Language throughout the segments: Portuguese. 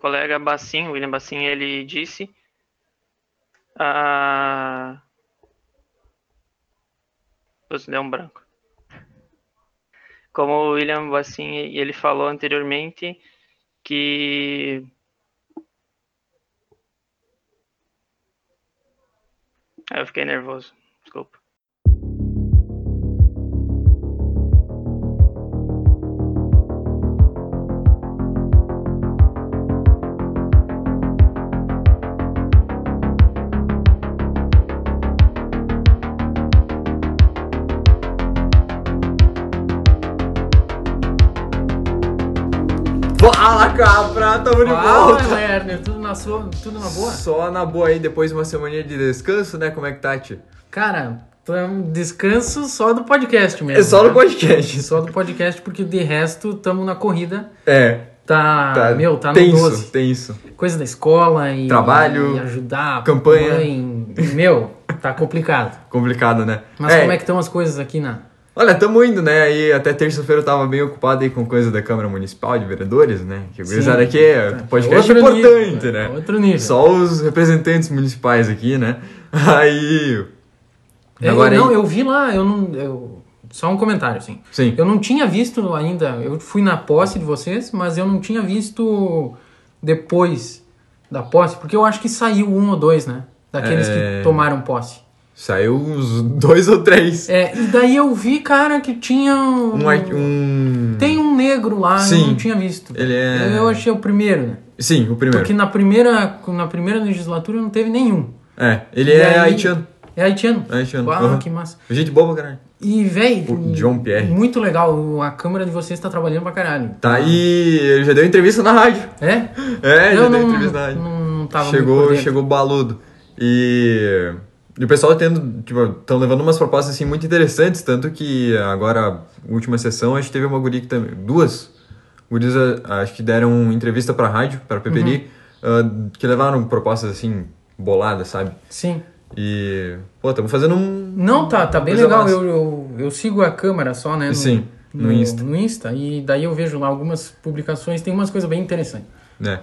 colega Bassin, William Bassin, ele disse. Ah, Putz, deu um branco. Como o William Bassin, ele falou anteriormente que Ah, Eu fiquei nervoso, desculpa. Fala, cabra! Tamo de Fala, volta! Lerner, tudo na sua, tudo na boa? Só na boa aí, depois de uma semana de descanso, né? Como é que tá, tio? Cara, tô- é um descanso só do podcast mesmo. É só no né? podcast. Só do podcast, porque de resto tamo na corrida. É. Tá, Tá meu, tá tenso, no 12. tenso. Coisa da escola e... Trabalho, e ajudar. a campanha. mãe. meu, tá complicado. Complicado, né? Mas como é que estão as coisas aqui na... Olha, tamo indo, né? Aí até terça-feira eu tava bem ocupado aí com coisa da Câmara Municipal de Vereadores, né? Que gurizada aqui é podcast É outro importante, nível, né? é outro nível. Só os representantes municipais aqui, né? Aí. Eu, Agora É, não, aí- eu vi lá, eu não... eu- Só um comentário, assim. Sim. Eu não tinha visto ainda, eu fui na posse de vocês, mas eu não tinha visto depois da posse, porque eu acho que saiu um ou dois, né? Daqueles É. que tomaram posse. Saiu uns dois ou três. É, e daí eu vi, cara, que tinha um... Um, ar- um. Tem um negro lá, Sim. eu não tinha visto. Ele é- Eu achei o primeiro, né? Sim, o primeiro. Porque na primeira, na primeira legislatura não teve nenhum. É, ele E é aí- haitiano. É haitiano. É haitiano, Ah, aham. que massa. Gente boa pra caralho. E, velho, O John Pierre. muito legal. A câmera de vocês tá trabalhando pra caralho. Tá aí, ele já deu entrevista na rádio. É? É, ele eu já não, deu entrevista na rádio. não, não tava muito por chegou, dentro. chegou baludo. E, e o pessoal tendo, tipo, estão levando umas propostas assim muito interessantes, tanto que agora, última sessão, a gente teve uma guria que também, duas gurias, a- acho que deram entrevista pra rádio, pra PPI, Uhum. eh, que levaram propostas assim, boladas, sabe? Sim. E, pô, estamos fazendo um... Não, tá, tá bem Coisa legal. massa. Eu, eu, eu sigo a câmera só, né? Sim, no Insta. No Insta. E daí eu vejo lá algumas publicações. Tem umas coisas bem interessantes. né?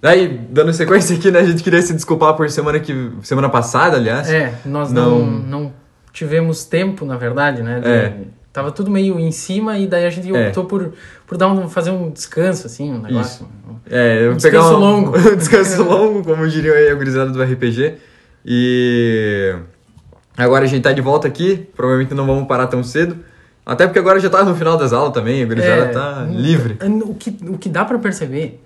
Daí, dando sequência aqui, né, a gente queria se desculpar por semana que... Semana passada, aliás. É, nós não, não... tivemos tempo, na verdade, né? de- É. Tava tudo meio em cima e daí a gente É. optou por, por dar um, fazer um descanso, assim, um negócio. É, eu Um pegar descanso um- longo. um descanso longo, como diriam aí a gurizada do RPG. E agora a gente tá de volta aqui, provavelmente não vamos parar tão cedo. Até porque agora já tá no final das aulas também, a gurizada É, tá n- livre. n- O que, o que dá pra perceber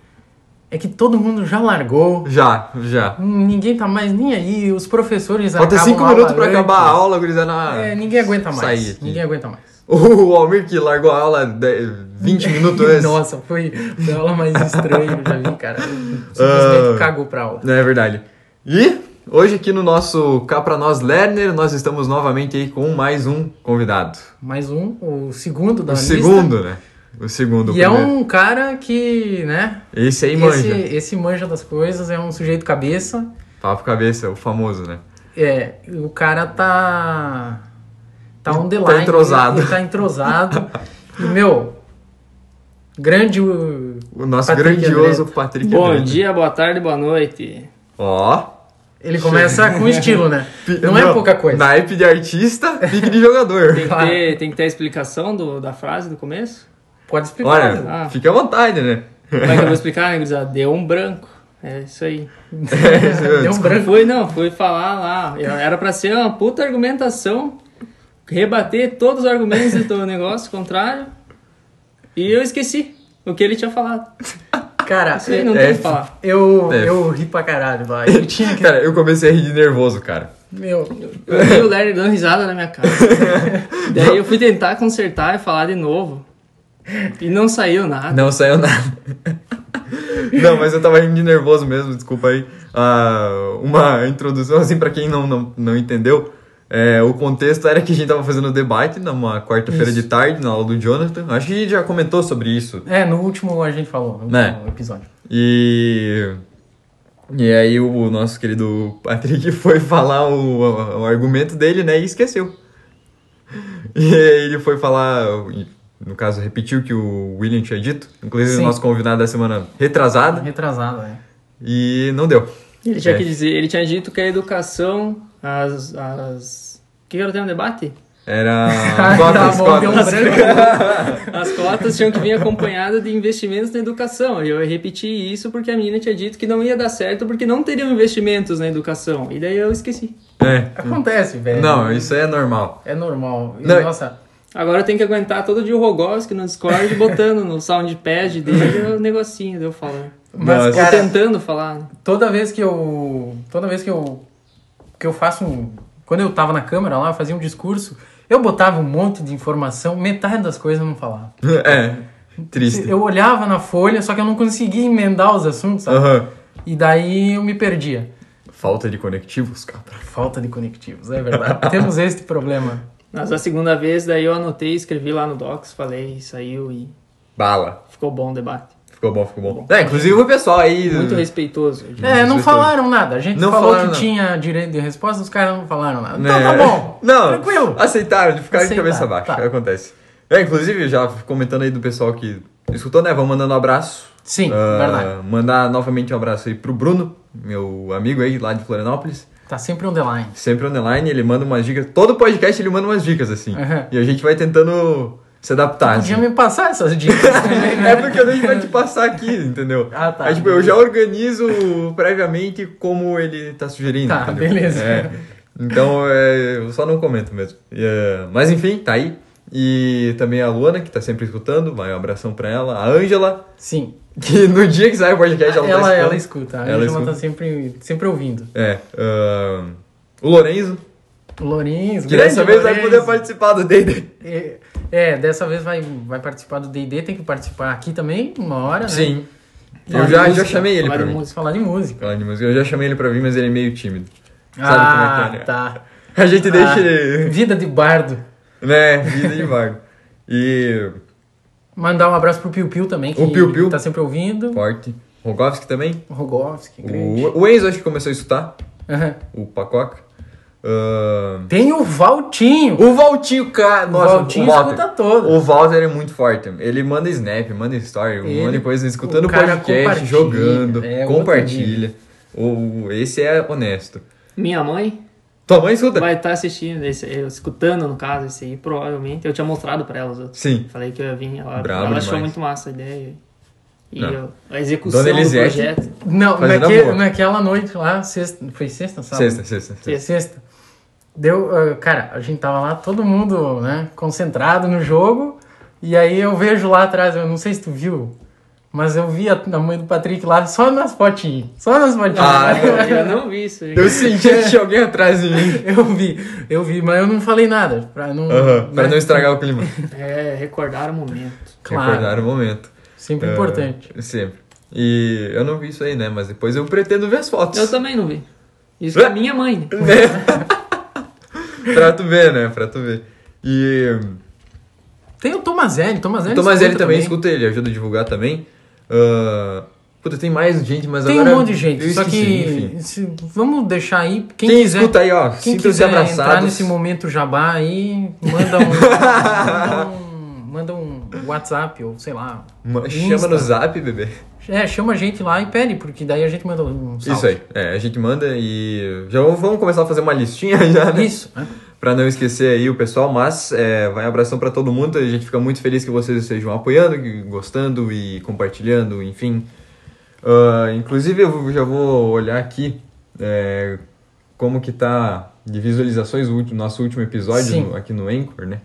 é que todo mundo já largou, Já, já. ninguém tá mais nem aí, os professores Falta acabam cinco a minutos aula pra acabar a antes. aula, gurizada. ah, É, ninguém aguenta sair mais. aqui. Ninguém aguenta mais. O Almir que largou a aula de- 20 minutos antes. Nossa, foi, foi a aula mais estranha que eu já vi, cara. Simplesmente Ah. cagou pra aula. É verdade. E hoje aqui no nosso Cá Pra Nós Lerner, nós estamos novamente aí com mais um convidado. Mais um, o segundo da O lista. segundo, né? O segundo. o E é primeiro. um cara que, né? Esse aí Esse, manja. esse manja das coisas, é um sujeito cabeça. Papo cabeça, o famoso, né? É, o cara tá. Tá on the Tá line. entrosado. ele Tá entrosado. e, meu, grande. uh, O nosso Patrick grandioso Andreto. Patrick Bom Andreto. dia, boa tarde, boa noite. Ó. Ele começa com estilo, né? Pi- Não é pouca coisa. Naipe de artista, pique de jogador. Tem que Claro. ter, tem que ter a explicação do- da frase do começo? Pode explicar. né? Olha, Ah. fica à vontade, né? Como é que eu vou explicar, né, gurizada? Deu um branco. É isso aí. Deu um branco. Fui, não, fui falar lá. Era pra ser uma puta argumentação, rebater todos os argumentos do negócio contrário. E eu esqueci o que ele tinha falado. Cara, Isso aí não É, tem o que falar. eu, É. eu ri pra caralho, vai. Eu tinha que. Cara, eu comecei a rir de nervoso, cara. Meu. Eu vi o Larry dando risada na minha cara. Daí eu fui tentar consertar e falar de novo. E não saiu nada. Não saiu nada. Não, mas eu tava rindo de nervoso mesmo, desculpa aí. Ah, uma introdução, assim, pra quem não, não, não entendeu, é, o contexto era que a gente tava fazendo debate numa quarta-feira de tarde, na aula do Jonathan. Acho que a gente já comentou sobre isso É, no último a gente falou, no Né? último episódio. E. E aí o nosso querido Patrick foi falar o, o argumento dele, né? E esqueceu. E aí ele foi falar. no caso, repetiu o que o William tinha dito, inclusive Sim. o nosso convidado da semana retrasada, Retrasada, né? e não deu. Ele tinha, É. que dizer, ele tinha dito que a educação, as. as... O que que era o tema do debate? Era Ah, tá cotas, bom, deu um cotas. branco. As cotas tinham que vir acompanhadas de investimentos na educação. E eu repeti isso porque a menina tinha dito que não ia dar certo porque não teriam investimentos na educação. E daí eu esqueci. É. Acontece, velho. Não, isso é normal. É normal. E, Não. Nossa, Agora eu tenho que aguentar todo dia o Rogoski no Discord botando no soundpad dele o negocinho de eu falar. mas, Nossa. Ou cara, tentando falar. né? toda vez que eu. Toda vez que eu. Que eu faço um. Quando eu tava na câmera lá, eu fazia um discurso, eu botava um monte de informação, metade das coisas eu não falava. É, triste. Eu olhava na folha, só que eu não conseguia emendar os assuntos, sabe? Aham. E daí eu me perdia. Falta de conectivos, cara. Falta de conectivos, é verdade. Temos este problema. Mas a segunda vez, daí eu anotei, escrevi lá no Docs, falei, saiu e Bala. ficou bom o debate. Ficou bom, ficou bom. É, inclusive o pessoal aí. Muito respeitoso. É, não Vocês falaram nada. A gente Não falou que falaram nada. tinha direito de resposta, os caras não falaram nada. né? Então tá bom. Não, Tranquilo. Aceitaram, de ficar de Aceitaram, cabeça baixa. tá. Acontece. É, inclusive, já comentando aí do pessoal que escutou, né? Vamos mandando um abraço. Sim, Ah, verdade. Mandar novamente um abraço aí pro Bruno, meu amigo aí lá de Florianópolis. Tá sempre on the line. Sempre online, ele manda umas dicas. Todo podcast ele manda umas dicas, assim. Aham. é E a gente vai tentando se adaptar. Podia assim. me passar essas dicas também, né? É porque eu deixo pra te passar aqui, entendeu? Ah, tá. Aí, tipo, eu já organizo previamente como ele tá sugerindo. Tá, entendeu? beleza. É. Então, é, eu só não comento mesmo. E, é, mas, enfim, tá aí. E também a Luana, que tá sempre escutando, vai um abração pra ela. A Ângela, Sim. que no dia que sai o podcast ela, Ela, tá ela, escutando. escuta. A Ela Ângela tá escuta. sempre, sempre ouvindo. É. ah, o Lorenzo, O Lourenço, que grande dessa vez vai Lourenço. poder participar do Dayday. É, É, dessa vez vai, vai participar do D&D, tem que participar aqui também, uma hora, né? Sim. Falar Eu de já, já música, chamei ele falar pra de mim. música. Falar de música. Falar de música. Eu já chamei ele pra vir, mas ele é meio tímido. Sabe ah, como é que é, né? tá. A gente deixa Ah, ele... Vida de bardo. Né, vida de vago. E Mandar um abraço pro Piu Piu também, que O Piu Piu. tá sempre ouvindo. forte. Rogovski também. O Rogovski, grande. O, o Enzo acho que começou a escutar. Aham. O Pacoca. Ahn, Tem o Valtinho. O Valtinho, cara. Nossa, Valtinho o Walter. escuta todo. O Walter é muito forte. Ele manda snap, manda story, Ele- manda coisa, escutando o cara podcast, compartilha, jogando, é, outro compartilha. O, o- esse é honesto. Minha mãe Tua mãe escuta? vai estar assistindo, esse, eu, escutando no caso, esse aí, provavelmente. Eu tinha mostrado pra ela os outros. Sim. Falei que eu ia vir, ela, Brabo ela achou demais. muito massa a ideia. E Não. eu- a execução Dona do Elisete. projeto. Não, é Fazendo naque- amor. naquela noite lá, sexta, foi sexta, sábado? Sexta, sexta. sexta. Foi é sexta. Deu, ah, cara, a gente tava lá, todo mundo, né, concentrado no jogo. E aí eu vejo lá atrás, eu não sei se tu viu, mas eu vi a, a mãe do Patrick lá só nas fotinhas. Só nas fotinhas. Ah, Eu não vi isso. Eu senti que tinha alguém atrás de mim. Eu vi, eu vi, mas eu não falei nada. Pra não, Aham, pra né? não estragar o clima. É, recordar o momento. Claro. Recordar o momento. Sempre É, importante. Sempre. E eu não vi isso aí, né? Mas depois eu pretendo ver as fotos. Eu também não vi. Isso é a minha mãe. né? pra tu ver, né? Pra tu ver. E Tem o Tomazelli, Tomazelli. Tomazelli escuta também, escuta ele, ajuda a divulgar também. Ah, Puta, tem mais gente, mas Tem agora... um monte de eu gente, só esqueci, que enfim. se- vamos deixar aí. Quem, Quem, quiser, escuta aí, ó, quem sinta-se quiser entrar abraçados. nesse momento jabá aí, manda um, manda um, manda um WhatsApp ou sei lá. Ma- Insta. Chama no zap, bebê. É, chama a gente lá e pede, porque daí a gente manda um salve. Isso aí. É, a gente manda e... Já vamos- vamos começar a fazer uma listinha já, né? Isso. né? Pra não esquecer aí o pessoal, mas é, vai um abração pra todo mundo. A gente fica muito feliz que vocês estejam apoiando, que- gostando e compartilhando, enfim. Ah, inclusive, eu já vou olhar aqui é, como que tá de visualizações o último- nosso último episódio Sim. no- aqui no Anchor, né?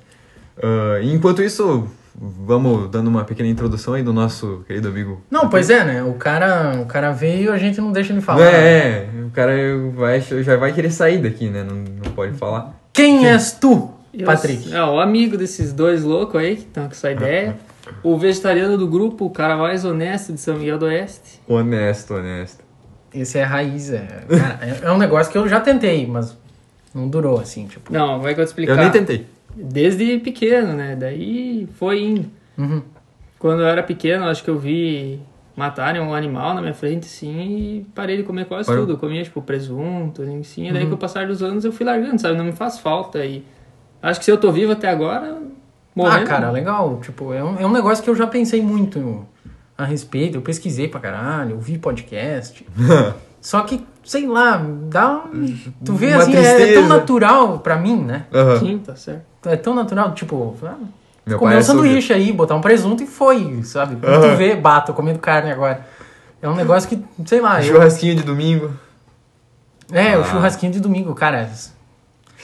Ah, e enquanto isso, vamos dando uma pequena introdução aí do nosso querido amigo. Não, pois é, né? O cara, o cara veio, a gente não deixa ele falar. É, é, o cara vai, já vai querer sair daqui, né? Não, não pode falar. Quem és tu, Eu- Patrick? É, o amigo desses dois loucos aí, que estão com essa ideia. O vegetariano do grupo, o cara mais honesto de São Miguel do Oeste. Honesto, honesto. Esse é raiz, é. Cara, é- é um negócio que eu já tentei, mas não durou assim, tipo. Não, vai que eu te explicar. Eu nem tentei. Desde pequeno, né? Daí foi indo. Uhum. Quando eu era pequeno, acho que eu vi matarem um animal na minha frente, sim, e parei de comer quase Parou. tudo. Eu comia, tipo, presunto, assim, e Uhum. daí com o passar dos anos eu fui largando, sabe? Não me faz falta. E acho que se eu tô vivo até agora, Ah, Morrendo. cara, legal. Tipo, é um, é um negócio que eu já pensei muito a respeito. Eu pesquisei pra caralho, ouvi podcast. Só que, sei lá, dá um... Tu vê, Uma assim, é, é tão tristeza. natural pra mim, né? Aham. Sim, tá certo. É tão natural, tipo... ah, Meu comer pai um é sanduíche aí, botar um presunto e foi, sabe? Quando Aham. tu vê, bata, comendo carne agora. É um negócio que, sei lá... Ah, eu- Churrasquinho de domingo. é, Ah. o churrasquinho de domingo, cara... Não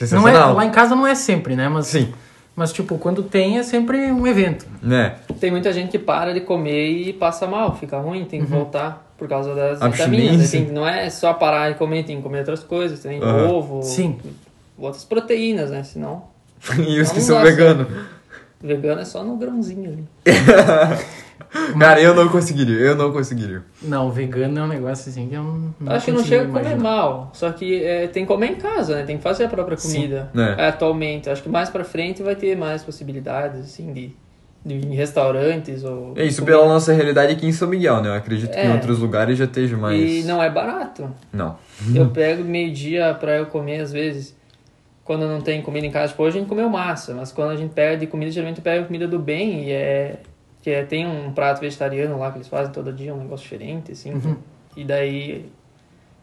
é, Sensacional. lá em casa não é sempre, né? Mas, Sim. mas, tipo, quando tem é sempre um evento. Né? Tem muita gente que para de comer e passa mal, fica ruim, tem que Uhum. voltar por causa das Abstinência. vitaminas. né? Tem- não é só parar de comer, tem que comer outras coisas, tem Aham. ovo, Sim. outras proteínas, né? Senão, E os que Não são gosto. veganos. vegano é só no grãozinho ali. Cara, eu não conseguiria, eu não conseguiria. Não, vegano é um negócio assim que eu não Acho que não consigo chega a comer imaginar. mal, só que é, tem que comer em casa, né? Tem que fazer a própria comida né? É, atualmente. Acho que mais pra frente vai ter mais possibilidades, assim, de, de ir em restaurantes ou... É isso pela nossa realidade aqui em São Miguel, né? Eu acredito que em É. outros lugares já esteja mais. E não é barato. Não. Eu Hum. pego meio-dia pra eu comer às vezes. Quando não tem comida em casa, tipo, hoje a gente comeu massa, mas quando a gente pega de comida, geralmente pega comida do bem e é. Que é, tem um prato vegetariano lá que eles fazem todo dia, um negócio diferente, assim. Uhum. E daí.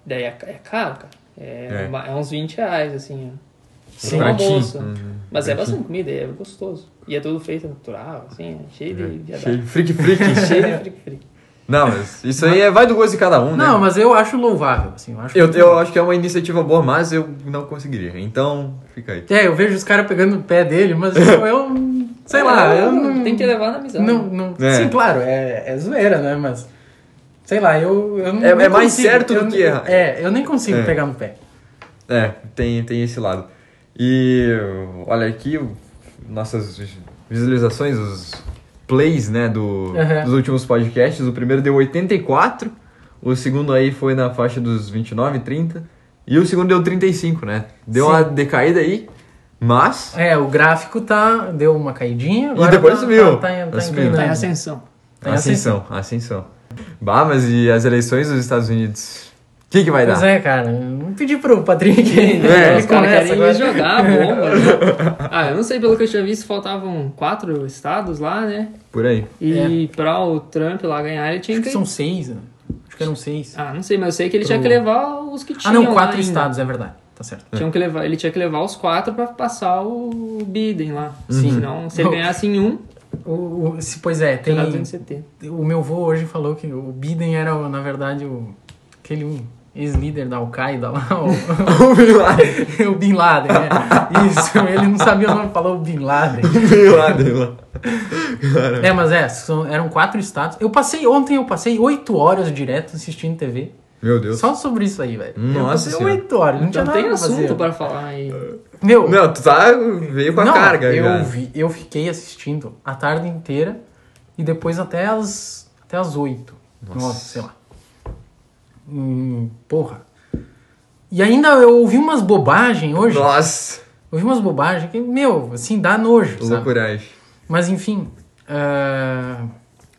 Daí é, é caro, cara. É, É. ma- é uns 20 reais, assim, ó. Um Sim, pratinho. almoço. Uhum, Mas é pratinho. bastante comida, é gostoso. E é tudo feito natural, assim, é cheio de viadagem. Cheio. Freak, freak. Cheio de fric fric. não, mas isso aí é vai do gosto de cada um, né? Não, mas eu acho louvável, assim, eu acho. Eu, muito eu louvável. acho que é uma iniciativa boa, mas eu não conseguiria. Então, fica aí. É, eu vejo os caras pegando o pé dele, mas tipo, eu. Sei lá, eu não. É, Tem que levar na amizade. não, não- É. Sim, claro, é, é zoeira, né? Mas. Sei lá, eu. eu não- É- não é mais consigo, certo eu- do que errado. É, eu nem consigo É. pegar no pé. É, tem, tem esse lado. E olha aqui, o- nossas visualizações, os plays, né, do, Aham. dos últimos podcasts. O primeiro deu 84, o segundo aí foi na faixa dos 29, 30, e o segundo deu 35, né? Deu Sim. uma decaída aí, mas... É, o gráfico tá. Deu uma caidinha. Agora depois tá, subiu. Tá, tá, tá, Tá subindo. engrenando. Tá em ascensão. Tem ascensão, ascensão. Bah, mas e as eleições dos Estados Unidos? O que, que vai Pois dar? é, cara. eu Não pedi pro Patrick. É, ele os caras começa querem agora. jogar a bomba. né? Ah, eu não sei, pelo que eu tinha visto, faltavam quatro estados lá, né? Por aí. E pra o Trump lá ganhar, ele tinha É. Acho que... que são seis, né? Acho que eram seis. Ah, não sei, mas eu sei que ele Pro- tinha que levar os que Ah, tinham não, lá quatro ainda. estados, é verdade. Tá certo. Tinham que levar, ele tinha que levar os quatro pra passar o Biden lá. Sim. Senão, se ele ganhasse em um, O, o- se, pois é, Uhum. tem. tem lá 270. O meu vô hoje falou que o Biden era, o- na verdade, o, aquele um ex-líder da Al-Qaeda lá, o, O Bin Laden. o Bin Laden, né? Isso, ele não sabia o nome, falou Bin Laden. Bin Laden um lá. Cara, É, mas é, são- eram quatro estados. Eu passei, ontem eu passei oito horas direto assistindo TV. Meu Deus. Só sobre isso aí, velho. Eu Nossa passei Senhora. oito horas, não tinha Então nada tem pra fazer. É. assunto pra falar aí. Meu, Não, tu tá veio com a não, carga, eu cara. vi- eu fiquei assistindo a tarde inteira e depois até as até as oito. Nossa, sei lá. Hum, porra. E ainda eu ouvi umas bobagens hoje. Nossa, Ouvi umas bobagens que, meu, assim, dá nojo, sabe? loucuragem. Mas enfim. ah,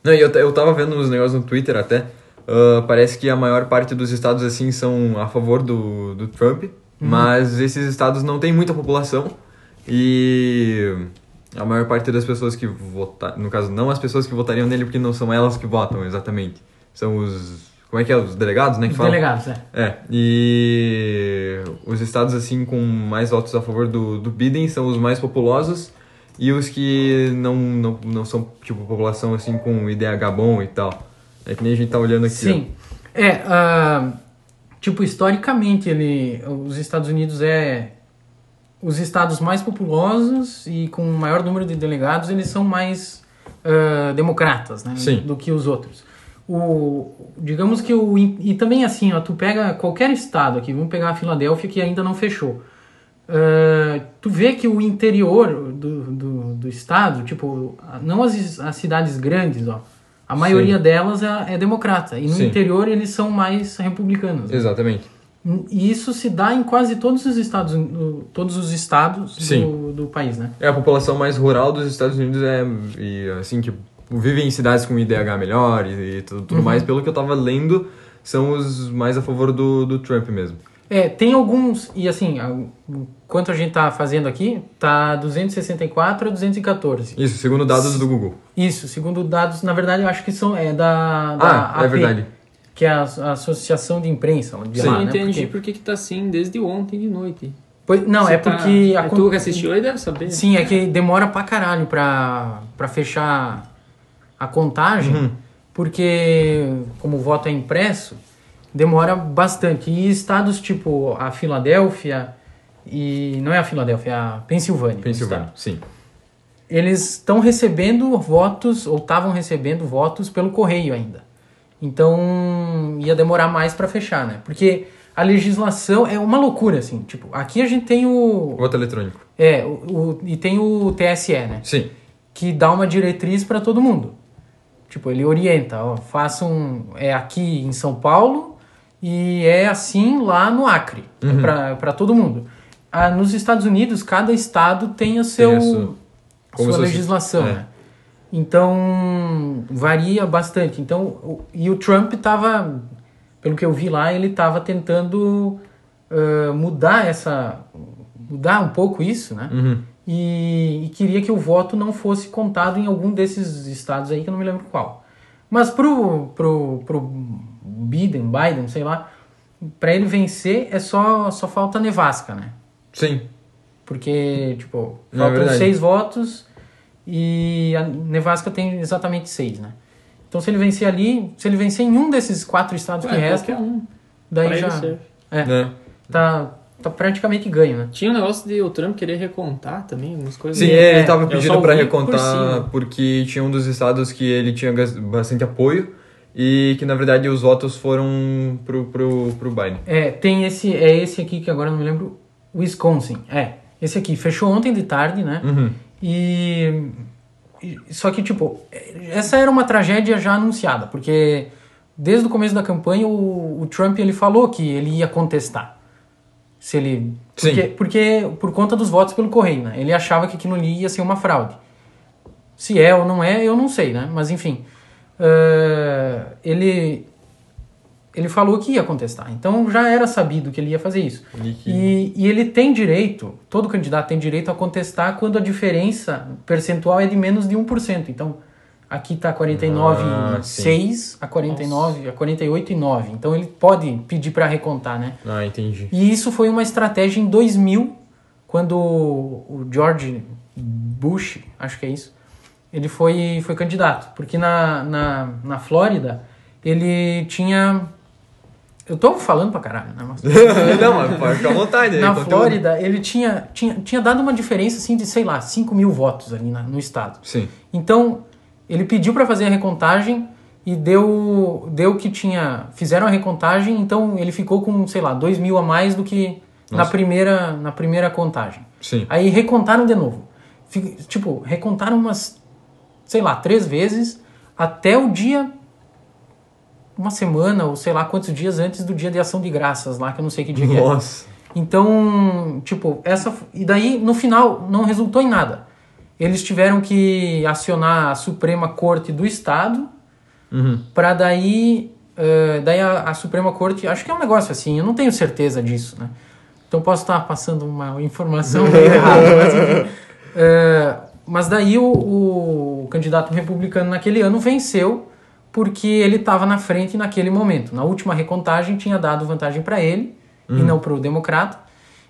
Não, e eu, ta- eu tava vendo uns negócios no Twitter até. ah, parece que a maior parte dos estados, assim, são a favor do, do Trump. Uhum. Mas esses estados não tem muita população. E a maior parte das pessoas que votaram... No caso, não as pessoas que votariam nele, porque não são elas que votam, exatamente. São os... Como é que é? Os delegados, né? Que os falam? delegados, é. É, e os estados assim com mais votos a favor do, do Biden são os mais populosos e os que não, não, não são tipo população assim com IDH bom e tal. É que nem a gente tá olhando aqui. Sim. É, ah, tipo, historicamente, ele, os Estados Unidos é... Os estados mais populosos e com o maior número de delegados, eles são mais ah, democratas, né? Sim. Do que os outros. O, digamos que o... E também assim, ó, tu pega qualquer estado aqui, vamos pegar a Filadélfia que ainda não fechou. Ah, tu vê que o interior do, do, do estado, tipo, não as, as cidades grandes, ó. A maioria delas é, é democrata. E no Sim. interior eles são mais republicanos. ó. Exatamente. E isso se dá em quase todos os estados, no- todos os estados Sim. do, do país, né? É a população mais rural dos Estados Unidos é e assim que vive em cidades com IDH Uhum. melhor e, e tudo, tudo mais, pelo que eu tava lendo, são os mais a favor do, do Trump mesmo. É, tem alguns, e assim, a- enquanto a gente tá fazendo aqui, tá 264 a 214. Isso, segundo dados do Google. Isso, segundo dados, na verdade, eu acho que são é da, da Ah, é verdade. que é a, a Associação de Imprensa. De Eu lá, não né? entendi Porque- por que que tá assim desde ontem de noite. pois- não, Você é tá- porque... é tu que assistiu aí deve saber. Sim, é que demora pra caralho pra, pra fechar a contagem, porque como o voto é impresso, demora bastante. E estados tipo a Filadélfia e. não é a Filadélfia, é a Pensilvânia. Pensilvânia, sim. Eles estão recebendo votos, ou estavam recebendo votos pelo correio ainda. Então ia demorar mais pra fechar, né? Porque a legislação é uma loucura, assim. Tipo, aqui a gente tem o. Voto eletrônico. É, o, o- e tem o TSE, né? Sim. Que dá uma diretriz pra todo mundo. Tipo, ele orienta, ó, façam é aqui em São Paulo e é assim lá no Acre, Uhum. é pra para todo mundo. Ah, nos Estados Unidos, cada estado tem o seu a sua- como Então, sua se fosse- legislação, é. né? Então, varia bastante. Então, o- e o Trump estava, pelo que eu vi lá, ele estava tentando ah, mudar essa, mudar um pouco isso, né? Uhum. E, e queria que o voto não fosse contado em algum desses estados aí, que eu não me lembro qual. Mas pro, pro, pro Biden, Biden, sei lá, para ele vencer é só, só falta nevasca, né? Sim. Porque, tipo, Não, é faltam verdade. seis votos e a Nevasca tem exatamente seis, né? Então, se ele vencer ali, se ele vencer em um desses quatro estados que Ah, restam, qualquer um. pra daí ele já. serve. É, Né? tá, tá praticamente ganho, né? Tinha um negócio de o Trump querer recontar também, algumas coisas. Sim, é, ele tava eu pedindo só pra ouvi por recontar cima. porque tinha um dos estados que ele tinha gas- bastante apoio e que na verdade os votos foram pro, pro, pro Biden. É, tem esse, é esse aqui que agora eu não me lembro, Wisconsin. É, esse aqui fechou ontem de tarde, né? E, e- só que tipo, essa era uma tragédia já anunciada, porque desde o começo da campanha o, o Trump ele falou que ele ia contestar. Se ele Sim. porque, porque por conta dos votos pelo correio, né? Ele achava que aquilo ali ia ser uma fraude. Se é ou não é, eu não sei, né? Mas enfim, Ah, ele ele falou que ia contestar. Então já era sabido que ele ia fazer isso. E que- E, e ele tem direito, todo candidato tem direito a contestar quando a diferença percentual é de menos de 1%. Então aqui está 49,6 Ah, sim. a 49, a 48,9. Então ele pode pedir para recontar, né? Ah, entendi. E isso foi uma estratégia em 2000, quando o George Bush, acho que é isso, ele foi, foi candidato. Porque na, na, na Flórida, ele tinha... Eu tô falando pra caralho, né? Mas... Não, mas pode ficar à vontade. é Na conteúdo. Flórida, ele tinha, tinha, tinha dado uma diferença, assim, de, sei lá, 5 mil votos ali na- no estado. Sim. Então, ele pediu para fazer a recontagem e deu deu que tinha fizeram a recontagem, então ele ficou com, sei lá, 2 mil a mais do que na Nossa. primeira na primeira contagem. Sim. Aí recontaram de novo. Fi- Tipo, recontaram umas, sei lá, três vezes até o dia uma semana ou sei lá quantos dias antes do dia de ação de graças lá, que eu não sei que dia que é. Nossa. Então, tipo, essa. f- E daí, no final, não resultou em nada. Eles tiveram que acionar a Suprema Corte do Estado Uhum. para daí. eh, daí a, a Suprema Corte. Acho que é um negócio assim, eu não tenho certeza disso, né? Então posso estar passando uma informação meio errada, mas enfim. Eh, mas daí o, o candidato republicano naquele ano venceu porque ele estava na frente naquele momento. Na última recontagem tinha dado vantagem para ele Uhum. e não para o democrata.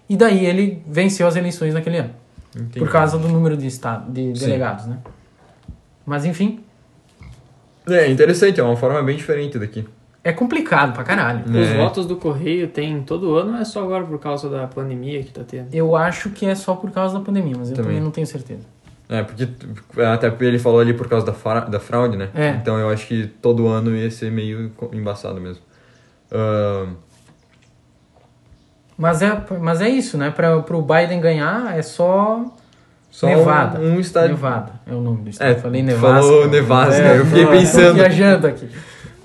E daí ele venceu as eleições naquele ano. Entendi. Por causa do número de, estado, de Sim. delegados, né? Mas enfim, É interessante, é uma forma bem diferente daqui. é complicado pra caralho. Os É. votos do correio tem todo ano, não é só agora por causa da pandemia que tá tendo. Eu acho que é só por causa da pandemia, mas eu também, Também. não tenho certeza. É, porque tu- até porque ele falou ali por causa da, fra- da fraude, né? É. Então eu acho que todo ano ia ser meio co- embaçado mesmo. Ahn, Mas é, mas é isso, né? Pra, pro Biden ganhar é só só um- Nevada. um estado. Nevada é o nome do estado. É, Eu falei tu Nevasca. né? É, falou Nevasca, eu fiquei tô- pensando. Tô viajando aqui.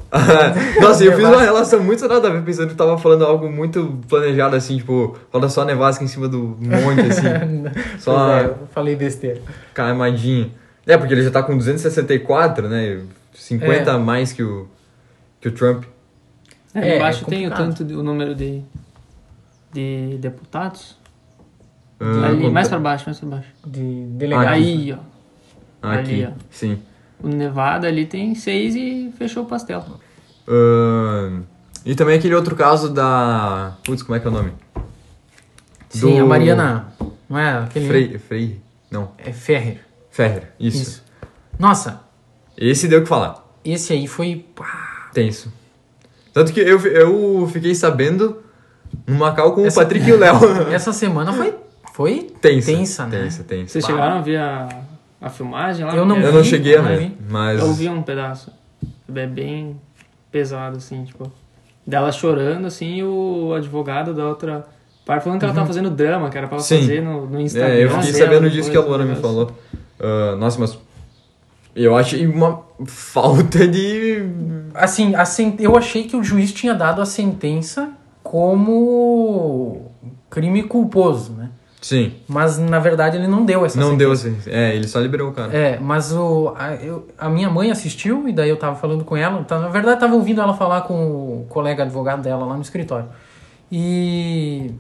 Nossa, eu fiz Nevasca. uma relação muito nada a ver, pensando que tava falando algo muito planejado, assim, tipo, roda só nevasca em cima do monte, assim, Só- Pois é, eu falei besteira. caimadinho. É, porque ele já tá com 264, né? 50 É. a mais que o, que o Trump. Aí É, embaixo é tem o complicado. tanto de- o número de de deputados. Ah, ali, conta- mais pra baixo, mais pra baixo. De Ah, delegado. Aqui. Aí, ó. Aqui, ali, ó. sim. O Nevada ali tem seis e fechou o pastel. Ahn, Ah, e também aquele outro caso da. Putz, como é que é o nome? Sim, do- a Mariana. Não é aquele. Frei. Frei. Não. É Ferrer. Ferrer. Isso. Isso. Nossa, Esse deu o que falar. esse aí foi. pá, Tenso. Tanto que eu, eu fiquei sabendo no Macau com Essa- o Patrick e o Léo. Essa semana foi. Foi Tensa. tensa, né? Tensa, tensa. Vocês chegaram a ver a, a filmagem lá? É, Eu não Eu Porque não vi, cheguei a não ver, vi. mas. Eu vi um pedaço. É bem pesado, assim, tipo. Dela chorando, assim, e o advogado da outra parte falando que ela tava fazendo drama, que era pra ela Uhum. Sim. fazer no, no Instagram. É, eu fiquei dela, sabendo disso coisa, né? assim. que a Luana me negócio. falou. Ah, nossa, mas. Eu achei uma falta de. Assim, a sen- eu achei que o juiz tinha dado a sentença como crime culposo, né? Sim. Mas na verdade ele não deu essa Não sentença. deu assim. É, ele só liberou o cara. É, mas o, a, eu- a minha mãe assistiu e daí eu tava falando com ela. Tá, na verdade, eu tava ouvindo ela falar com o colega advogado dela lá no escritório. E,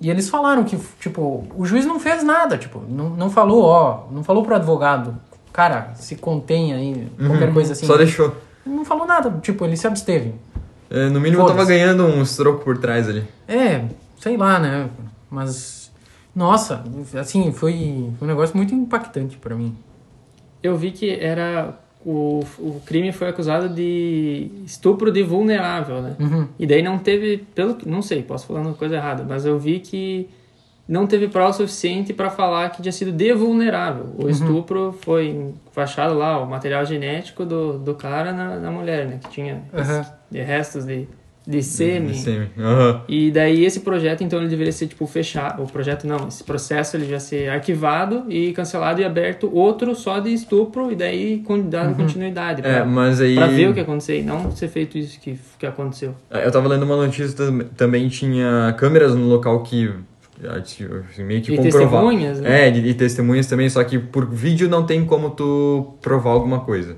e eles falaram que, tipo, o juiz não fez nada, tipo, não, não falou, ó, não falou pro advogado, cara, se contém aí, qualquer coisa assim. Só deixou. Não falou nada, tipo, ele se absteve. É, no mínimo eu tava Foda-se. ganhando uns trocos por trás ali. É, sei lá, né? Mas, nossa, assim, foi, foi um negócio muito impactante pra mim. Eu vi que era. O, o crime foi acusado de estupro de vulnerável, né? Uhum. E daí não teve, pelo que- não sei, posso falar uma coisa errada, mas eu vi que não teve prova suficiente para falar que tinha sido de vulnerável. Uhum. O estupro foi achado lá, o material genético do, do cara na, na mulher, né? Que tinha Aham. es- de restos de, de sêmen. Semi. assim, Aham. E daí esse projeto, então, ele deveria ser, tipo, fechado. O projeto não, esse processo ele já ser arquivado e cancelado e aberto outro só de estupro e daí con- dando continuidade. É, mas aí. Pra ver o que aconteceu e não ser feito isso que, que aconteceu. É, Eu tava lendo uma notícia tam- também tinha câmeras no local que assim, meio que E comprova- testemunhas, né? É, e, e testemunhas também, só que por vídeo não tem como tu provar alguma coisa.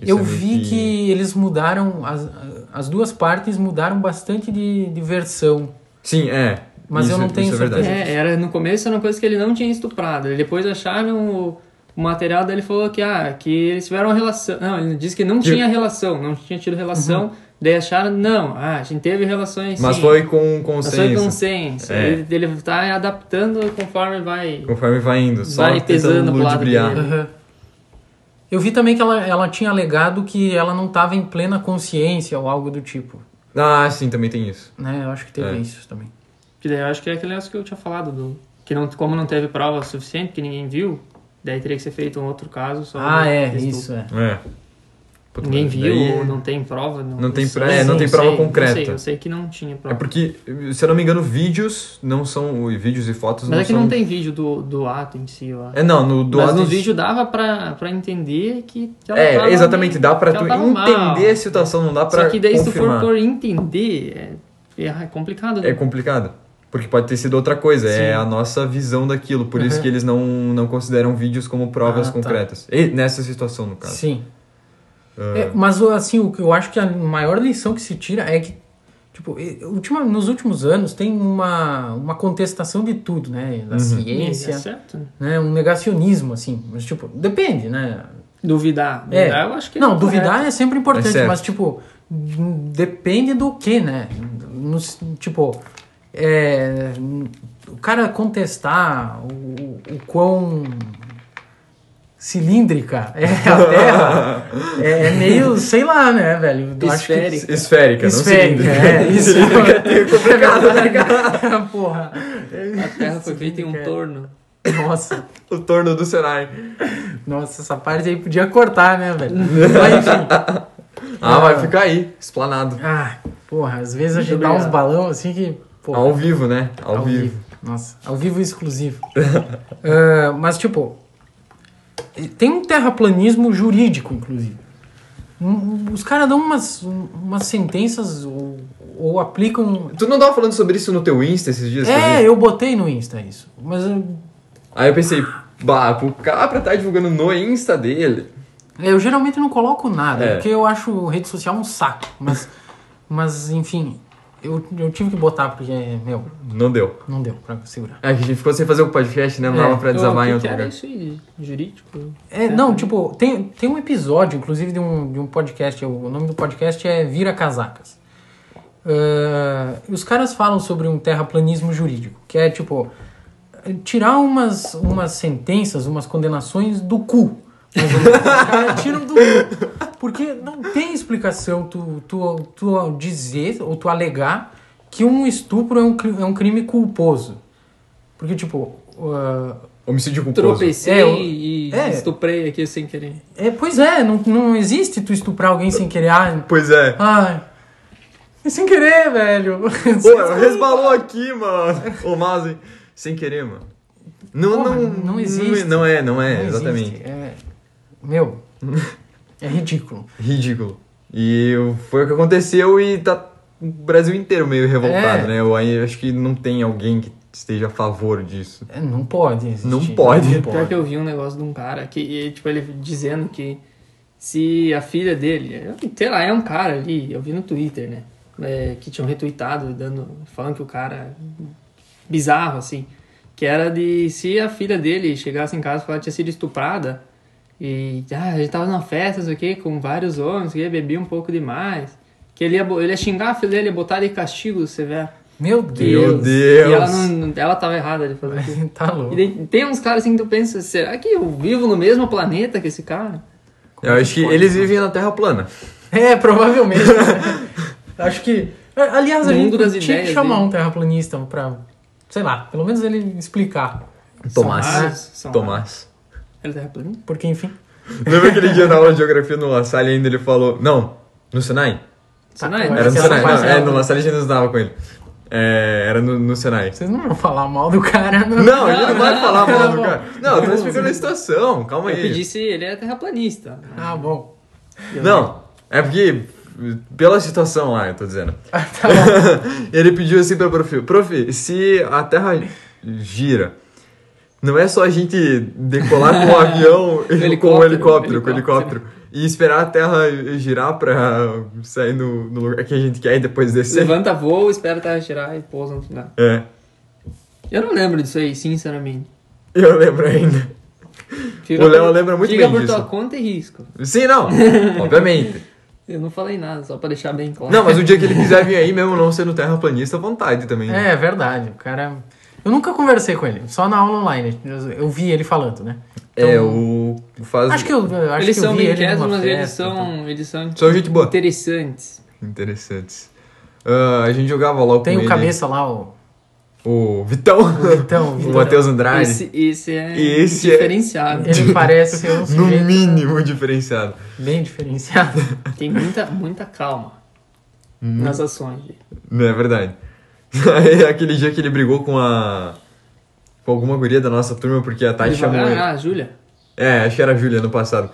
Isso Eu é meio vi que... eles mudaram, as, as duas partes mudaram bastante de, de versão. Sim, é. Mas eu Isso- não tenho isso é verdade. certeza. É, era no começo era uma coisa que ele não tinha estuprado. Ele Depois acharam o, o material dele e falou que ah, que eles tiveram relação. Não, ele disse que não Que- tinha relação, não tinha tido relação. Daí acharam não, ah, a gente teve relações. Mas sim. foi com Mas foi consenso. consenso. É. Ele, ele tá adaptando conforme vai. Conforme vai indo, só Vai pesando tentando pro lado ludibriar. dele. Eu vi também que ela, ela tinha alegado que ela não estava em plena consciência ou algo do tipo. Ah, sim, também tem isso. Né? Eu acho que teve É. isso também. Que daí eu acho que é aquele negócio que eu tinha falado do que não como não teve prova suficiente que ninguém viu, daí teria que ser feito um outro caso Então, só. ah, de- é, de estupro. isso é. É. Puta, Ninguém mas viu, daí- ou não tem prova. Não, Não tem eu sei, prova- é, não tem prova sei, concreta. Não sei, eu sei que não tinha É prova. porque, se eu não me engano, vídeos não são. Vídeos e fotos Mas não é que são. não tem vídeo do, do ato em si, eu acho. É, não, no do Mas lado no dos- vídeo dava pra, pra entender que, que ela É, tava exatamente, meio- dá pra que tu ela tava entender mal. a situação, não dá pra. tá Só que daí confirmar. se tu for por entender, é, é complicado. né? É complicado. Porque pode ter sido outra coisa, é a nossa visão daquilo. Por isso Uhum. que eles não, não consideram vídeos como provas Ah, tá. concretas. E nessa situação, no caso. Sim. Ah, É, mas o- assim, o que eu acho que a maior lição que se tira é que, tipo, e- ultima- nos últimos anos tem uma, uma contestação de tudo, né? Uhum. Da E é ciência, certo. né? né? Um negacionismo, assim. Mas, tipo, depende, né? Duvidar. É. Duvidar eu acho que é não, correto. duvidar é sempre É importante, certo. mas tipo, n- depende do que, né? No s- tipo, é, n- o cara contestar o, o- o quão cilíndrica é a Terra é, é meio, sei lá, né, velho? Eu acho que- Esférica. Esférica, não Esférica, é, cilíndrica. isso. Cilíndrica é complicado, né, cara? cara? Porra. A Terra foi feita em um Cilíndrica, é. torno. Nossa. O torno do Senai. Nossa, essa parte aí podia cortar, né, velho? Mas enfim. Ah, Ah. vai ficar aí, explanado. Ah, porra, às vezes a Muito gente dá uns obrigado. balão assim que. Porra, Ao vivo, né? Ao, vivo. Nossa, ao vivo exclusivo. Ah, mas, tipo, tem um terraplanismo jurídico, inclusive. Um- Os caras dão umas, um- umas sentenças ou, ou aplicam. um Tu não tava falando sobre isso no teu Insta esses dias? que eu vi? É, eu botei no Insta isso. Mas eu, Aí eu pensei, bah, pro Capra tá divulgando no Insta dele. eu geralmente não coloco nada, É. porque eu acho rede social um saco. Mas, mas enfim, Eu, eu tive que botar porque, meu, Não deu. não deu pra segurar. É que a gente ficou sem fazer o podcast, né? Não É. dava pra Ô, desabar em que que outro era lugar. isso aí? Jurídico? É, não, tipo, tem, tem um episódio, inclusive, de um, de um podcast. O nome do podcast é Vira Casacas. Ah, e os caras falam sobre um terraplanismo jurídico, que é tipo tirar umas, umas sentenças, umas condenações do cu. Mas Os caras tiram do cu. Porque não tem explicação tu, tu, tu dizer ou tu alegar que um estupro é um, cri- é um crime culposo. Porque, tipo, ah, Homicídio culposo. Tropecei É, eu- e é. estuprei aqui sem querer. É, pois é, não, não existe tu estuprar alguém sem querer. Ai, Pois é. ai. sem querer, velho. Pô, resbalou aqui, mano. Ô, Mazen. Sem querer, mano. Não, Porra, não, não existe. Não é, não é, Não exatamente. existe, é- meu, é ridículo. Ridículo. E foi o que aconteceu e tá o Brasil inteiro meio revoltado, É. né? Eu aí acho que não tem alguém que esteja a favor disso. É, não pode existir. Não pode. Não Pior que eu vi um negócio de um cara que, e, tipo, ele dizendo que se a filha dele, eu- sei lá, é um cara ali, eu vi no Twitter, né? é, que tinham retweetado, dando, falando que o cara. bizarro, assim. Que era de se a filha dele chegasse em casa e falar que tinha sido estuprada. E ah, a gente tava numa festa, não sei o quê, com vários homens, que bebia um pouco demais. Que ele ia, bo- ele ia xingar a filha dele, ia botar ele em castigo severo. Meu Meu Deus. Deus. E ela, não, ela tava errada de fazer aquilo. tá louco. E daí tem uns caras assim que tu pensa, será que eu vivo no mesmo planeta que esse cara? Eu acho que eles vivem na Terra plana. É, provavelmente. né? Acho que. a- Aliás, a Mundo gente das tinha que ideias, chamar hein? um terraplanista pra. Sei lá, pelo menos ele explicar. Tomás. raros, são Tomás. Ele tá replaneta? Porque, enfim. Lembra aquele dia na aula de geografia no La Salle ainda ele falou. Não, no Senai? Senai? Era no Tá, Marcelo Senai. Não, Marcelo. é, no La Salle a gente não estudava com ele. É, era no, no Senai. Vocês não vão falar mal do cara, né? não. Não, a gente não vai falar mal do não. cara. Não, eu tô explicando a situação, calma Eu aí. pedi se ele é terraplanista. Ah, bom. Não, é porque, pela situação lá, eu tô dizendo. Ah, tá bom. Ele pediu assim pra prof, prof, se a Terra gira, não é só a gente decolar com o avião e com o helicóptero, com o Helicóptero, helicóptero. helicóptero. E esperar a Terra girar pra sair no, no lugar que a gente quer e depois descer. Levanta voo, espera a terra girar e pousa no final. É, Eu não lembro disso aí, sinceramente. eu lembro ainda. Fica O Léo lembra muito fica bem por disso. tua conta e risco. Sim, não, obviamente. Eu não falei nada, só pra deixar bem claro. Não, mas o dia que ele quiser vir aí, mesmo não sendo terraplanista, à vontade também. né? É, é verdade. O cara. Eu nunca conversei com ele, só na aula online. Eu- Eu vi ele falando, né? É, o... Faz... Acho que eu, eu acho eles que eu são vi bem ele quietos, numa mas eles festa, então. são, eles são São gente boa. interessantes. Interessantes. Ah, a gente jogava LOL Tem com o ele. cabeça lá, o. O Vitão. O, Vitão, o Vitão. Matheus Andrade. Esse, esse é Esse é- diferenciado. Ele parece ser um No sujeito mínimo diferenciado. bem diferenciado. Tem muita, muita calma Uhum. nas ações dele. Não é verdade. Aí, aquele dia que ele brigou com a... Com alguma guria da nossa turma, porque a Tati chamou Devagar, ele. ah, Júlia. É, acho que era a Júlia, ano passado.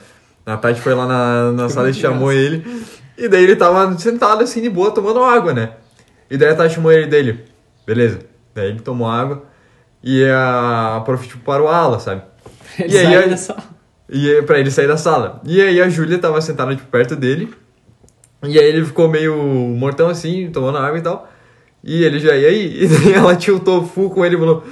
A Tati foi lá na, na sala e muito chamou ele. E daí ele tava sentado assim de boa, tomando água, né? E daí a Tati chamou ele dele. Beleza. Daí ele tomou água. E a prof tipo, parou a aula, sabe? Ele E aí, saiu aí- da sala. E aí, pra ele sair da sala. E aí a Júlia tava sentada tipo, perto dele. E aí ele ficou meio mortão assim, tomando água e tal. E ele já, e aí? E daí ela tiltou full com ele e falou.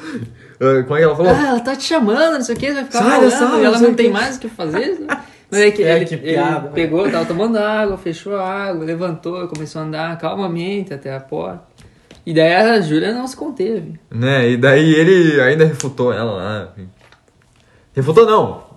"Ah, Como é que ela falou? Ah, ela tá te chamando, não sei o que, vai ficar Sai da falando, sala, e não ela sei não o tem quê. mais o que fazer. né? Mas é que É, ele, que ele piada. né? pegou, tava tomando água, fechou a água, levantou, começou a andar calmamente até a porta. E daí a Júlia não se conteve. Né? E daí ele ainda refutou ela lá. Refutou não.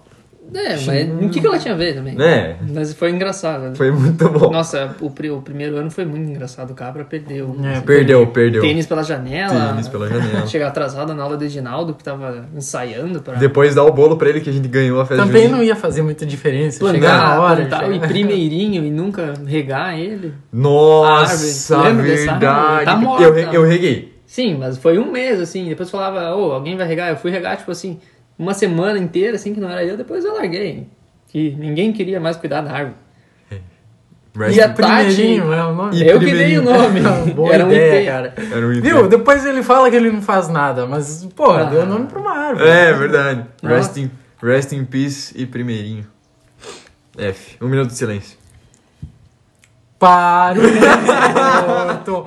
É, mas o que, que ela tinha a ver também? Né? Mas foi engraçado. né? Foi muito bom. Nossa, o, pri- o primeiro ano foi muito engraçado. O Cabra perdeu. Assim, É, Perdeu, perdeu. Tênis pela janela. Tênis pela janela. Chegar atrasado na aula do Edinaldo, que tava ensaiando pra Depois dá o bolo pra ele que a gente ganhou a festa Também junina. não ia fazer muita diferença. chegar plantar, na hora. plantar, e chegar- primeirinho e nunca regar ele. Nossa, A árvore, lembra dessa verdade. árvore? Tá morta. eu, re- eu reguei. Sim, mas foi um mês, assim. Depois falava, ô, alguém vai regar. Eu fui regar, tipo assim, uma semana inteira, assim, que não era eu. Depois eu larguei. Que ninguém queria mais cuidar da árvore. Rest E in a- é Primeirinho, Tati- é o nome. E eu que dei primeirinho. o nome. Boa era um ideia, IP. cara. Era um Viu? Depois ele fala que ele não faz nada, mas, porra, Ah. deu nome pra uma árvore. É, verdade. Nossa. Rest in, rest in peace e primeirinho. F. Um minuto de silêncio. Para o deserto.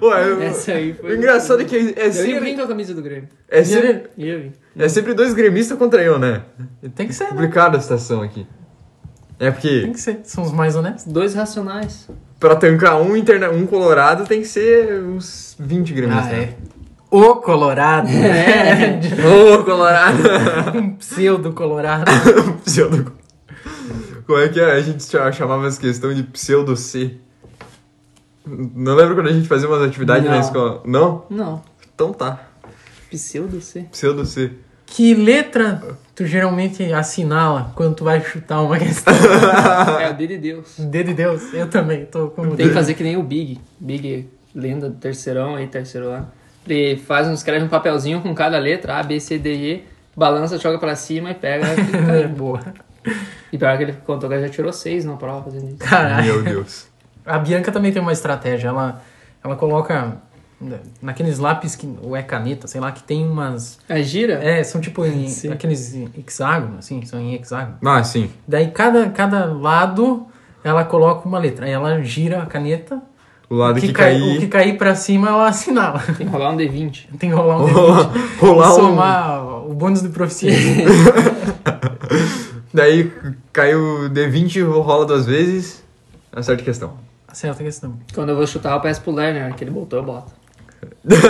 Ué, eu- Essa aí foi. o engraçado é que é, Eu ia vir sempre, com a camisa do Grêmio. é, sempre, Ia vir. é sempre dois gremistas contra eu, né? Tem que ser, né? Complicada a situação aqui. É Tem porque que ser. São os mais honestos. Dois racionais. pra tancar um, interna um colorado tem que ser uns né? 20 gremistas. Ah, é. O Colorado. É. Ô, colorado! um pseudo Colorado. pseudo. Como é que é? A gente cha- chamava essa questão de pseudo-C. Não lembro quando a gente fazia umas atividades na Não. escola. Não? Não. Então tá. Pseudo C. Pseudo-C. Que letra tu geralmente assinala quando tu vai chutar uma questão? Ah. É o D de Deus. D de Deus. Eu também. Tô com o Tem D. que fazer que nem o Big. Big, lenda do terceirão aí, terceiro lá. Ele faz um, escreve um papelzinho com cada letra, A, B, C, D, E, balança, joga pra cima e pega. fica É caindo. boa. e pior que ele contou que ele já tirou seis na prova fazendo isso. Caralho. Meu Deus. A Bianca também tem uma estratégia. Ela, ela coloca naqueles lápis que, ou é caneta, sei lá, que tem umas. A gira? É, são tipo em, Sim. aqueles hexágonos, assim, são em hexágono. Ah, sim. Daí cada, cada lado ela coloca uma letra. Aí ela gira a caneta. O lado o que, cai- cair. O que cair pra cima ela assinala. Tem que rolar um D20. Tem que rolar um Rolar- D20 e rolar um- somar o bônus do proficiente. um- Daí caiu o D20, rola duas vezes. Acerta a questão. Acerta a questão. Quando eu vou chutar, eu peço pro Lerner, que ele botou, eu boto.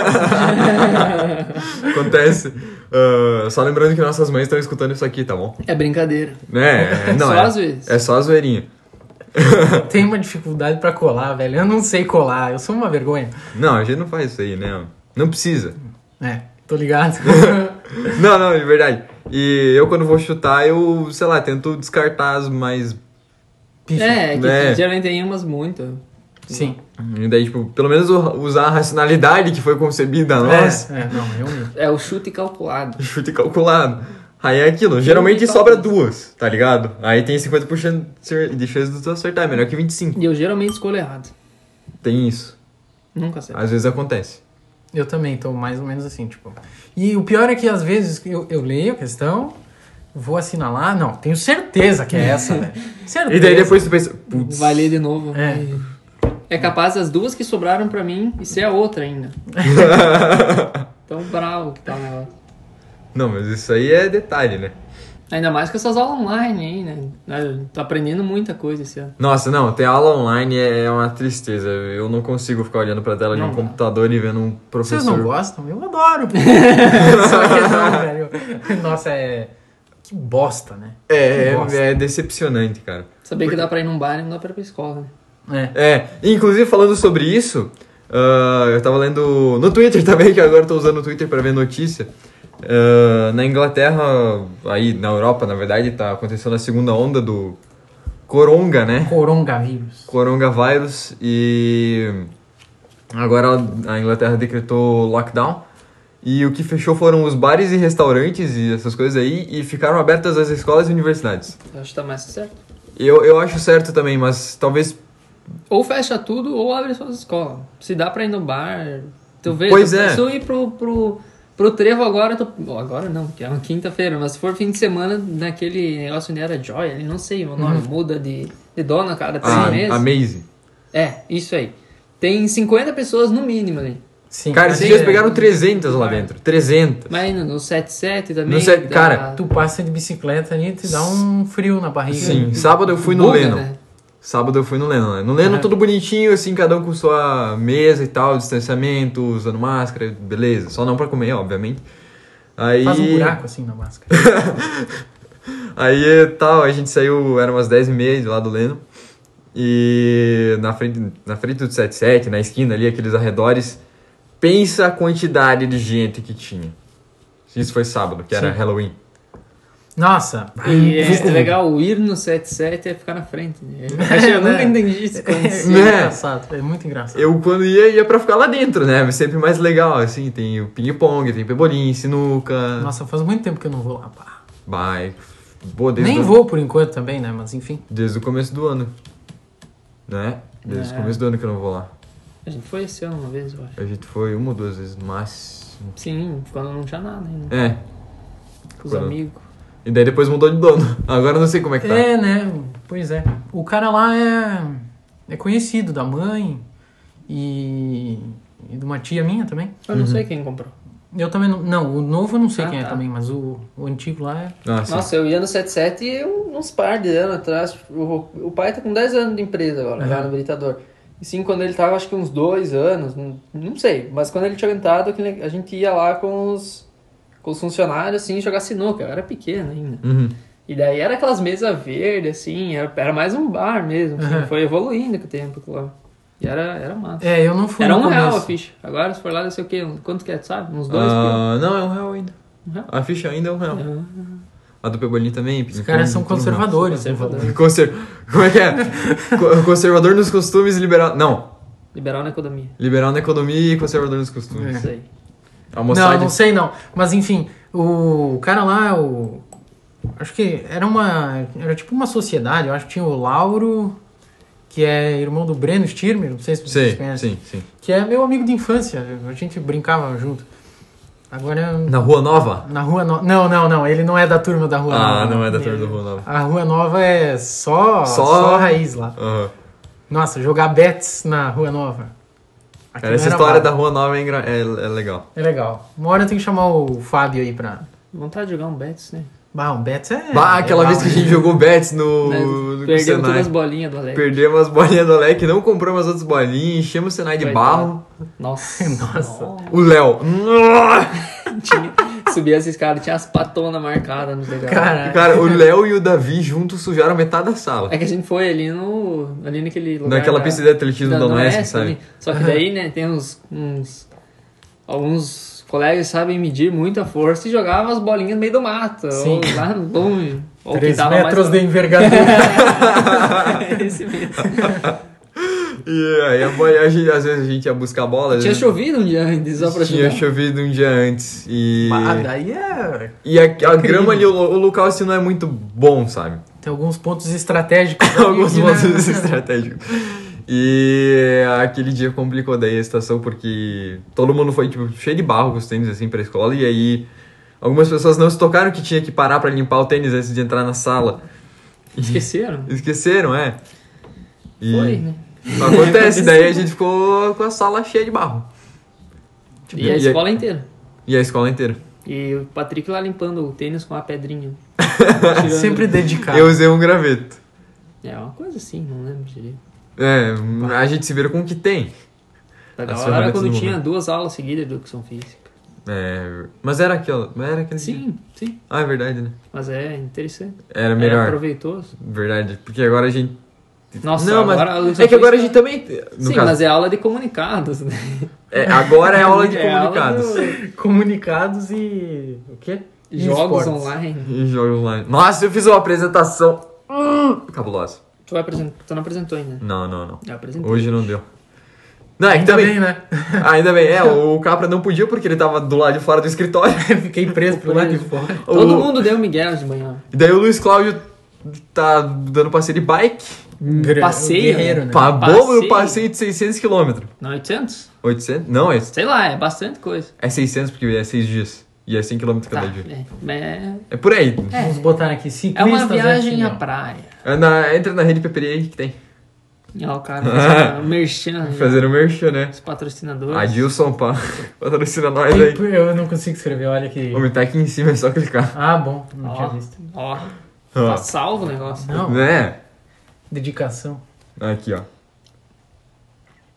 Acontece. Ah, só lembrando que nossas mães estão escutando isso aqui, tá bom? É brincadeira. Né? Não, Só é, às vezes. É só a zoeirinha. Tem uma dificuldade pra colar, velho. Eu não sei colar, eu sou uma vergonha. Não, a gente não faz isso aí, né? Não precisa. É, tô ligado. Não, não, é verdade. E eu quando vou chutar, eu, sei lá, tento descartar as mais. Pif. É, é que né? geralmente tem umas muito. Sim. E daí, tipo, pelo menos u- usar a racionalidade que foi concebida a nós. É, é, não, realmente. É o chute calculado. Chute calculado. Aí é aquilo. Geralmente sobra duas, tá ligado? Aí tem 50% de cer- de chance de tu acertar. é Melhor que 25. E eu geralmente escolho errado. Tem isso. Nunca acerto. Às vezes acontece. Eu também tô mais ou menos assim, tipo. E o pior é que às vezes eu, eu leio a questão, vou assinalar, não, tenho certeza que é essa, velho. Certeza. E daí depois tu pensa, putz. Vai ler de novo. É. E- É capaz das duas que sobraram pra mim e ser a outra ainda. Tão bravo que tá o negócio. Não, mas isso aí é detalhe, né? Ainda mais com essas aulas online aí, né? Eu Tô aprendendo muita coisa esse ano. Nossa, não, ter aula online é uma tristeza. Eu não consigo ficar olhando pra tela de um Não. computador e vendo um professor. Vocês não gostam? Eu adoro. Só que não, velho. Nossa, é. Que bosta, né? É, Que bosta. é, é decepcionante, cara. Saber que dá pra ir num bar e não dá pra ir pra escola, né? É. É, inclusive falando sobre isso, ah, eu tava lendo no Twitter também, que agora eu tô usando o Twitter pra ver notícia. Ah, na Inglaterra, aí na Europa, na verdade, tá acontecendo a segunda onda do coronga, né? Coronavírus. Coronavírus e agora a Inglaterra decretou lockdown. E o que fechou foram os bares e restaurantes e essas coisas aí, e ficaram abertas as escolas e universidades. Eu acho que tá mais certo. Eu, eu acho certo também, mas talvez Ou fecha tudo ou abre suas escolas. Se dá pra ir no bar, tu vê. Pois tu- é. Se eu ir pro, pro, pro trevo agora, tu, bom, agora não, que é uma quinta-feira, mas se for fim de semana, naquele negócio onde era Joy, ele não sei o nome, muda de, de dona a cada três meses. Uhum. Ah, a, a Maze. É, isso aí. Tem 50 pessoas no mínimo ali. Sim. Cara, mas esses é- dias pegaram 300 lá dentro. 300. Mas no, no 77 também. No set- dá- cara, Tu passa de bicicleta ali e te dá um frio na barriga. Sim, sábado eu fui no buga, Leno. né? Sábado eu fui no Leno, né? No Leno É. tudo bonitinho, assim, cada um com sua mesa e tal, distanciamento, usando máscara, beleza. Só não pra comer, obviamente. Aí, Faz um buraco assim na máscara. aí é, tal, a gente saiu, era umas 10 e meia de lá do Leno. E na frente, na frente do 77, na esquina ali, aqueles arredores, pensa a quantidade de gente que tinha. Isso foi sábado, que era Sim. Halloween. Nossa. Uhum. E é legal, o ir no 77 é ficar na frente. Né? Eu nunca entendi isso. como assim. É se- Né? engraçado, é muito engraçado. Eu, quando ia, ia pra ficar lá dentro, né? É Sempre mais legal, assim. Tem o ping-pong, tem pebolim, sinuca. Nossa, faz muito tempo que eu não vou lá. pá. Vai. Boa, desde, Nem o- vou por enquanto também, né? Mas enfim. desde o começo do ano. Né? Desde É. o começo do ano que eu não vou lá. A gente foi esse ano uma vez, eu acho. A gente foi uma ou duas vezes no máximo. Sim, quando não tinha nada ainda. É. Com os Uhum. Quando- amigos. E daí depois mudou de dono. Agora eu não sei como é que tá. É, né? Pois é. O cara lá é, é conhecido da mãe e uma tia minha também. Eu não sei quem comprou. Eu também não. Não, o novo eu não sei Ah, quem é tá. também, mas o, o antigo lá é. Ah, sim. Nossa, eu ia no 77 e eu, uns par de anos atrás. O, o pai tá com 10 anos de empresa agora, já no habilitador. E sim, quando ele tava, acho que uns 2 anos, não, não sei. Mas quando ele tinha entrado, aquele- a gente ia lá com os, com os funcionários, assim, jogar sinuca. Eu era pequeno ainda. Uhum. E daí era aquelas mesas verdes, assim, era, era mais um bar mesmo. assim, Aham. Foi evoluindo com o tempo, claro. E era, era massa. É, eu não fui Era no um real a começo. ficha. Agora, se for lá, não sei o quê, quanto que é, tu sabe? Uns dois pila. Ah, não, é um real ainda. Um real? A ficha ainda é um real. Ah. A do Pebolim também. Os caras são conservadores. Conservadores. Conser... Como é que é? Co- conservador nos costumes e liberal. Não, Liberal na economia. liberal na economia e conservador nos costumes. Não sei. A É. Não, moçada. não sei não. Mas enfim, o cara lá, o. Acho que era uma. Era tipo uma sociedade, eu acho que tinha o Lauro, que é irmão do Breno Stirmer, não sei se vocês Sei, conhecem. sim, sim. Que é meu amigo de infância, a gente brincava junto. Agora. Na, Na Rua Nova? rua no... Não, não, não. Ele não é da turma da rua Ah, nova. não é da turma da Rua Nova. A rua nova é só, Só- só... raiz lá. Aham. Nossa, jogar bets na rua nova. Cara, essa Aquilo era história bárbaro. da Rua Nova é, engra- é- é legal. É legal. Uma hora eu tenho que chamar o Fábio aí pra. Vontade de jogar um Betis, né? Bah, um Betis é. Bah, aquela legal, vez que a né? gente jogou bets no, Né? no Perdemos Senai. todas as bolinhas do Alex. Perdemos as bolinhas do Alec, não compramos as outras bolinhas, enchemos o Senai de Coitado. barro. Nossa. Nossa. O Léo. Tinha, subia essa escada, tinha as patonas marcadas nos degraus. Caraca. Cara, o Léo e o Davi juntos sujaram metade da sala. É que a gente foi ali no. ali naquele lugar. Naquela pista de atletismo da Unesp, Unesp, sabe? ali. Só que daí, né, tem uns. uns- alguns colegas sabem medir muito a força e jogavam as bolinhas no meio do mato. Sim. Ou lá longe. Ou quem 3 tava metros de mais... É envergadura. Esse mesmo. E aí a bola- a gente- às vezes a gente ia buscar a bola. às Tinha vezes- chovido um dia antes, só pra Tinha jogar. chovido um dia antes. E, ah, daí é. e a, a grama ali, o, o local assim não é muito bom, sabe? Tem alguns pontos estratégicos. ali Alguns que, né? pontos estratégicos. E aquele dia complicou daí a situação, porque todo mundo foi tipo, cheio de barro com os tênis assim pra escola. E aí algumas pessoas não se tocaram que tinha que parar pra limpar o tênis antes de entrar na sala. Esqueceram? Esqueceram, é? E Foi, né? Acontece, daí a gente ficou com a sala cheia de barro. Tipo, E a escola inteira. e a escola inteira. E o Patrick lá limpando o tênis com uma pedrinha. Sempre dedicado. Eu usei um graveto. É uma coisa assim, não lembro direito. É, a gente se vira com o que tem. Tá As da ferramentas hora quando do tinha duas aulas seguidas de educação física. É, mas era aquela. Mas era aquele. dia. Sim, sim. Ah, é verdade, né? Mas é interessante. Era É melhor. proveitoso. verdade. Porque agora a gente. Nossa, não, mas. agora a educação é que agora a gente física- também. No Sim, caso, mas é aula de comunicados, né? é, agora é aula de É aula comunicados. do- Comunicados e. O quê? E Jogos esportes. online. E jogos online. Nossa, eu fiz uma apresentação. Hum, Cabulosa. Tu, vai apresen- tu não apresentou ainda. Não, não, não. Eu apresentei. Hum. Hoje não deu. Não, é que Ainda também. bem, né? Ah, Ainda bem, é, o Capra não podia porque ele tava do lado de fora do escritório. Fiquei preso pro lado de fora. Todo O- mundo deu um Miguel de manhã. E daí o Luiz Cláudio tá dando passeio de bike. Gra- passeio, Guerreiro, né? Pá, bom, eu Hum. Passeio. passeio de 600 km. Não, 800? 800? Não, é, Sei lá, é bastante coisa. é 600 porque é 6 dias. E é 100 km Tá, cada dia. é. Mas É por aí. Vamos botar aqui É, é uma ciclistas. né, viagem à praia. É praia. na- entra na rede PPI aí que tem. Ó, o cara tá fazendo merchan. Fazer o merchan, né? Os patrocinadores. Adilson, pá. Patrocina nós aí. Eu não consigo escrever, olha que. Vou tá aqui em cima, é só clicar. Ah, bom, não tinha Ó, visto. ó, Ó. tá salvo o negócio. Não, Né? dedicação. Aqui, ó.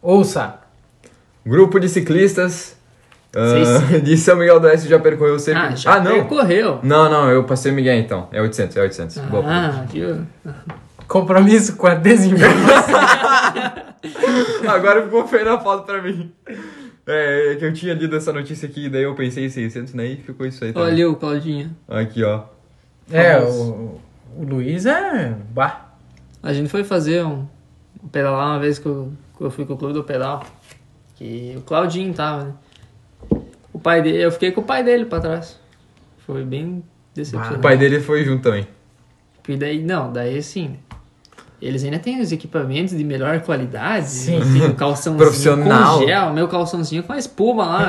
Ouça, Grupo de ciclistas ah, Sim, de São Miguel do Oeste já percorreu cerca Ah, de- já ah, não. percorreu. Não, não, eu passei o Miguel então. É 800, é 800. Boa. Ah, viu? compromisso com a desinformação. Agora ficou feio na foto pra mim. É, é que eu tinha lido essa notícia aqui, daí eu pensei em 600, né? E ficou isso aí. também. Olha o Claudinho. Aqui, ó. é, o, o Luiz é. Bah. A gente foi fazer um, um pedalar uma vez que eu, que eu fui com o clube do pedal. Que o Claudinho tava, né? O pai dele, eu fiquei com o pai dele pra trás. Foi bem O decepcionante. pai dele foi junto também. E daí, não, daí assim. Eles ainda têm os equipamentos de melhor qualidade. Sim. Uhum. Tem o calçãozinho Profissional. com gel, meu calçãozinho com a espuma lá.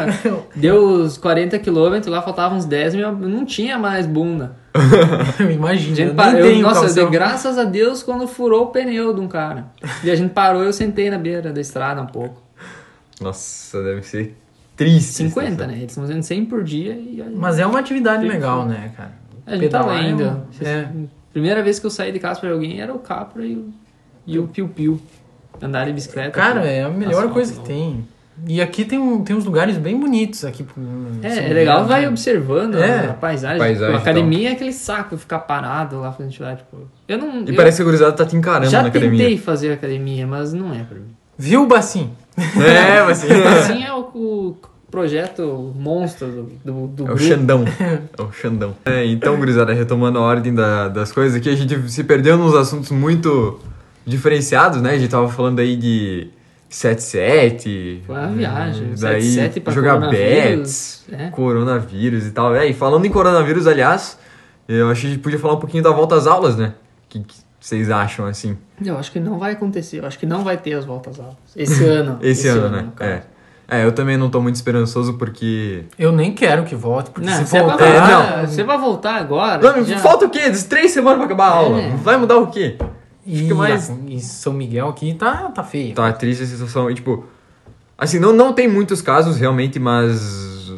Deu os 40 quilômetros, lá faltavam uns 10, meu, não tinha mais bunda. Eu A imagino. gente eu parou, nem eu- tenho nossa, eu calção. dei graças a Deus quando furou o pneu de um cara. E a gente parou, eu sentei na beira da estrada um pouco. Nossa, deve ser triste. 50, essa- né? Eles estão fazendo 100 por dia e a, Mas é uma atividade legal, né, cara? a gente tá lá pedalar é ainda. um- é. Primeira vez que eu saí de casa pra alguém era o Capra e o, e o Piu Piu. Andar de bicicleta. Cara, pô. é a melhor Asfalto, coisa não. que tem. E aqui tem, um, tem uns lugares bem bonitos aqui. pro- São É, é Miguel, legal, né? vai observando É. a paisagem. Paisagem, a academia é aquele saco ficar parado lá fazendo atividade. Tipo, eu não. E eu parece que a gurizada tá te encarando já na tentei academia. fazer academia, mas não é pra mim. Viu, Bacim? É, mas Assim é o, o projeto monstro do, do, do É o grupo. Xandão. É o Xandão. É, então, gurizada, retomando a ordem da- das coisas aqui, a gente se perdeu nos assuntos muito diferenciados, né? A gente tava falando aí de 77. Foi uma é viagem. Hum, daí 77 pra jogar coronavírus, né? Coronavírus e tal. É, e falando em coronavírus, aliás, eu acho que a gente podia falar um pouquinho da volta às aulas, né? O que, que vocês acham, assim? Eu acho que não vai acontecer. Eu acho que não vai ter as voltas às aulas. Esse ano. Esse, ano, no né? caso. É. É, eu também não tô muito esperançoso porque. Eu nem quero que volte, porque Não, se você, voltar... vai É, voltar, você vai voltar agora. Não, já- falta o quê? Três semanas pra acabar a aula. né? É. Vai mudar o quê? E, que mais- e São Miguel aqui tá, tá feio. Tá triste a situação. E, tipo, assim, não, não tem muitos casos realmente, mas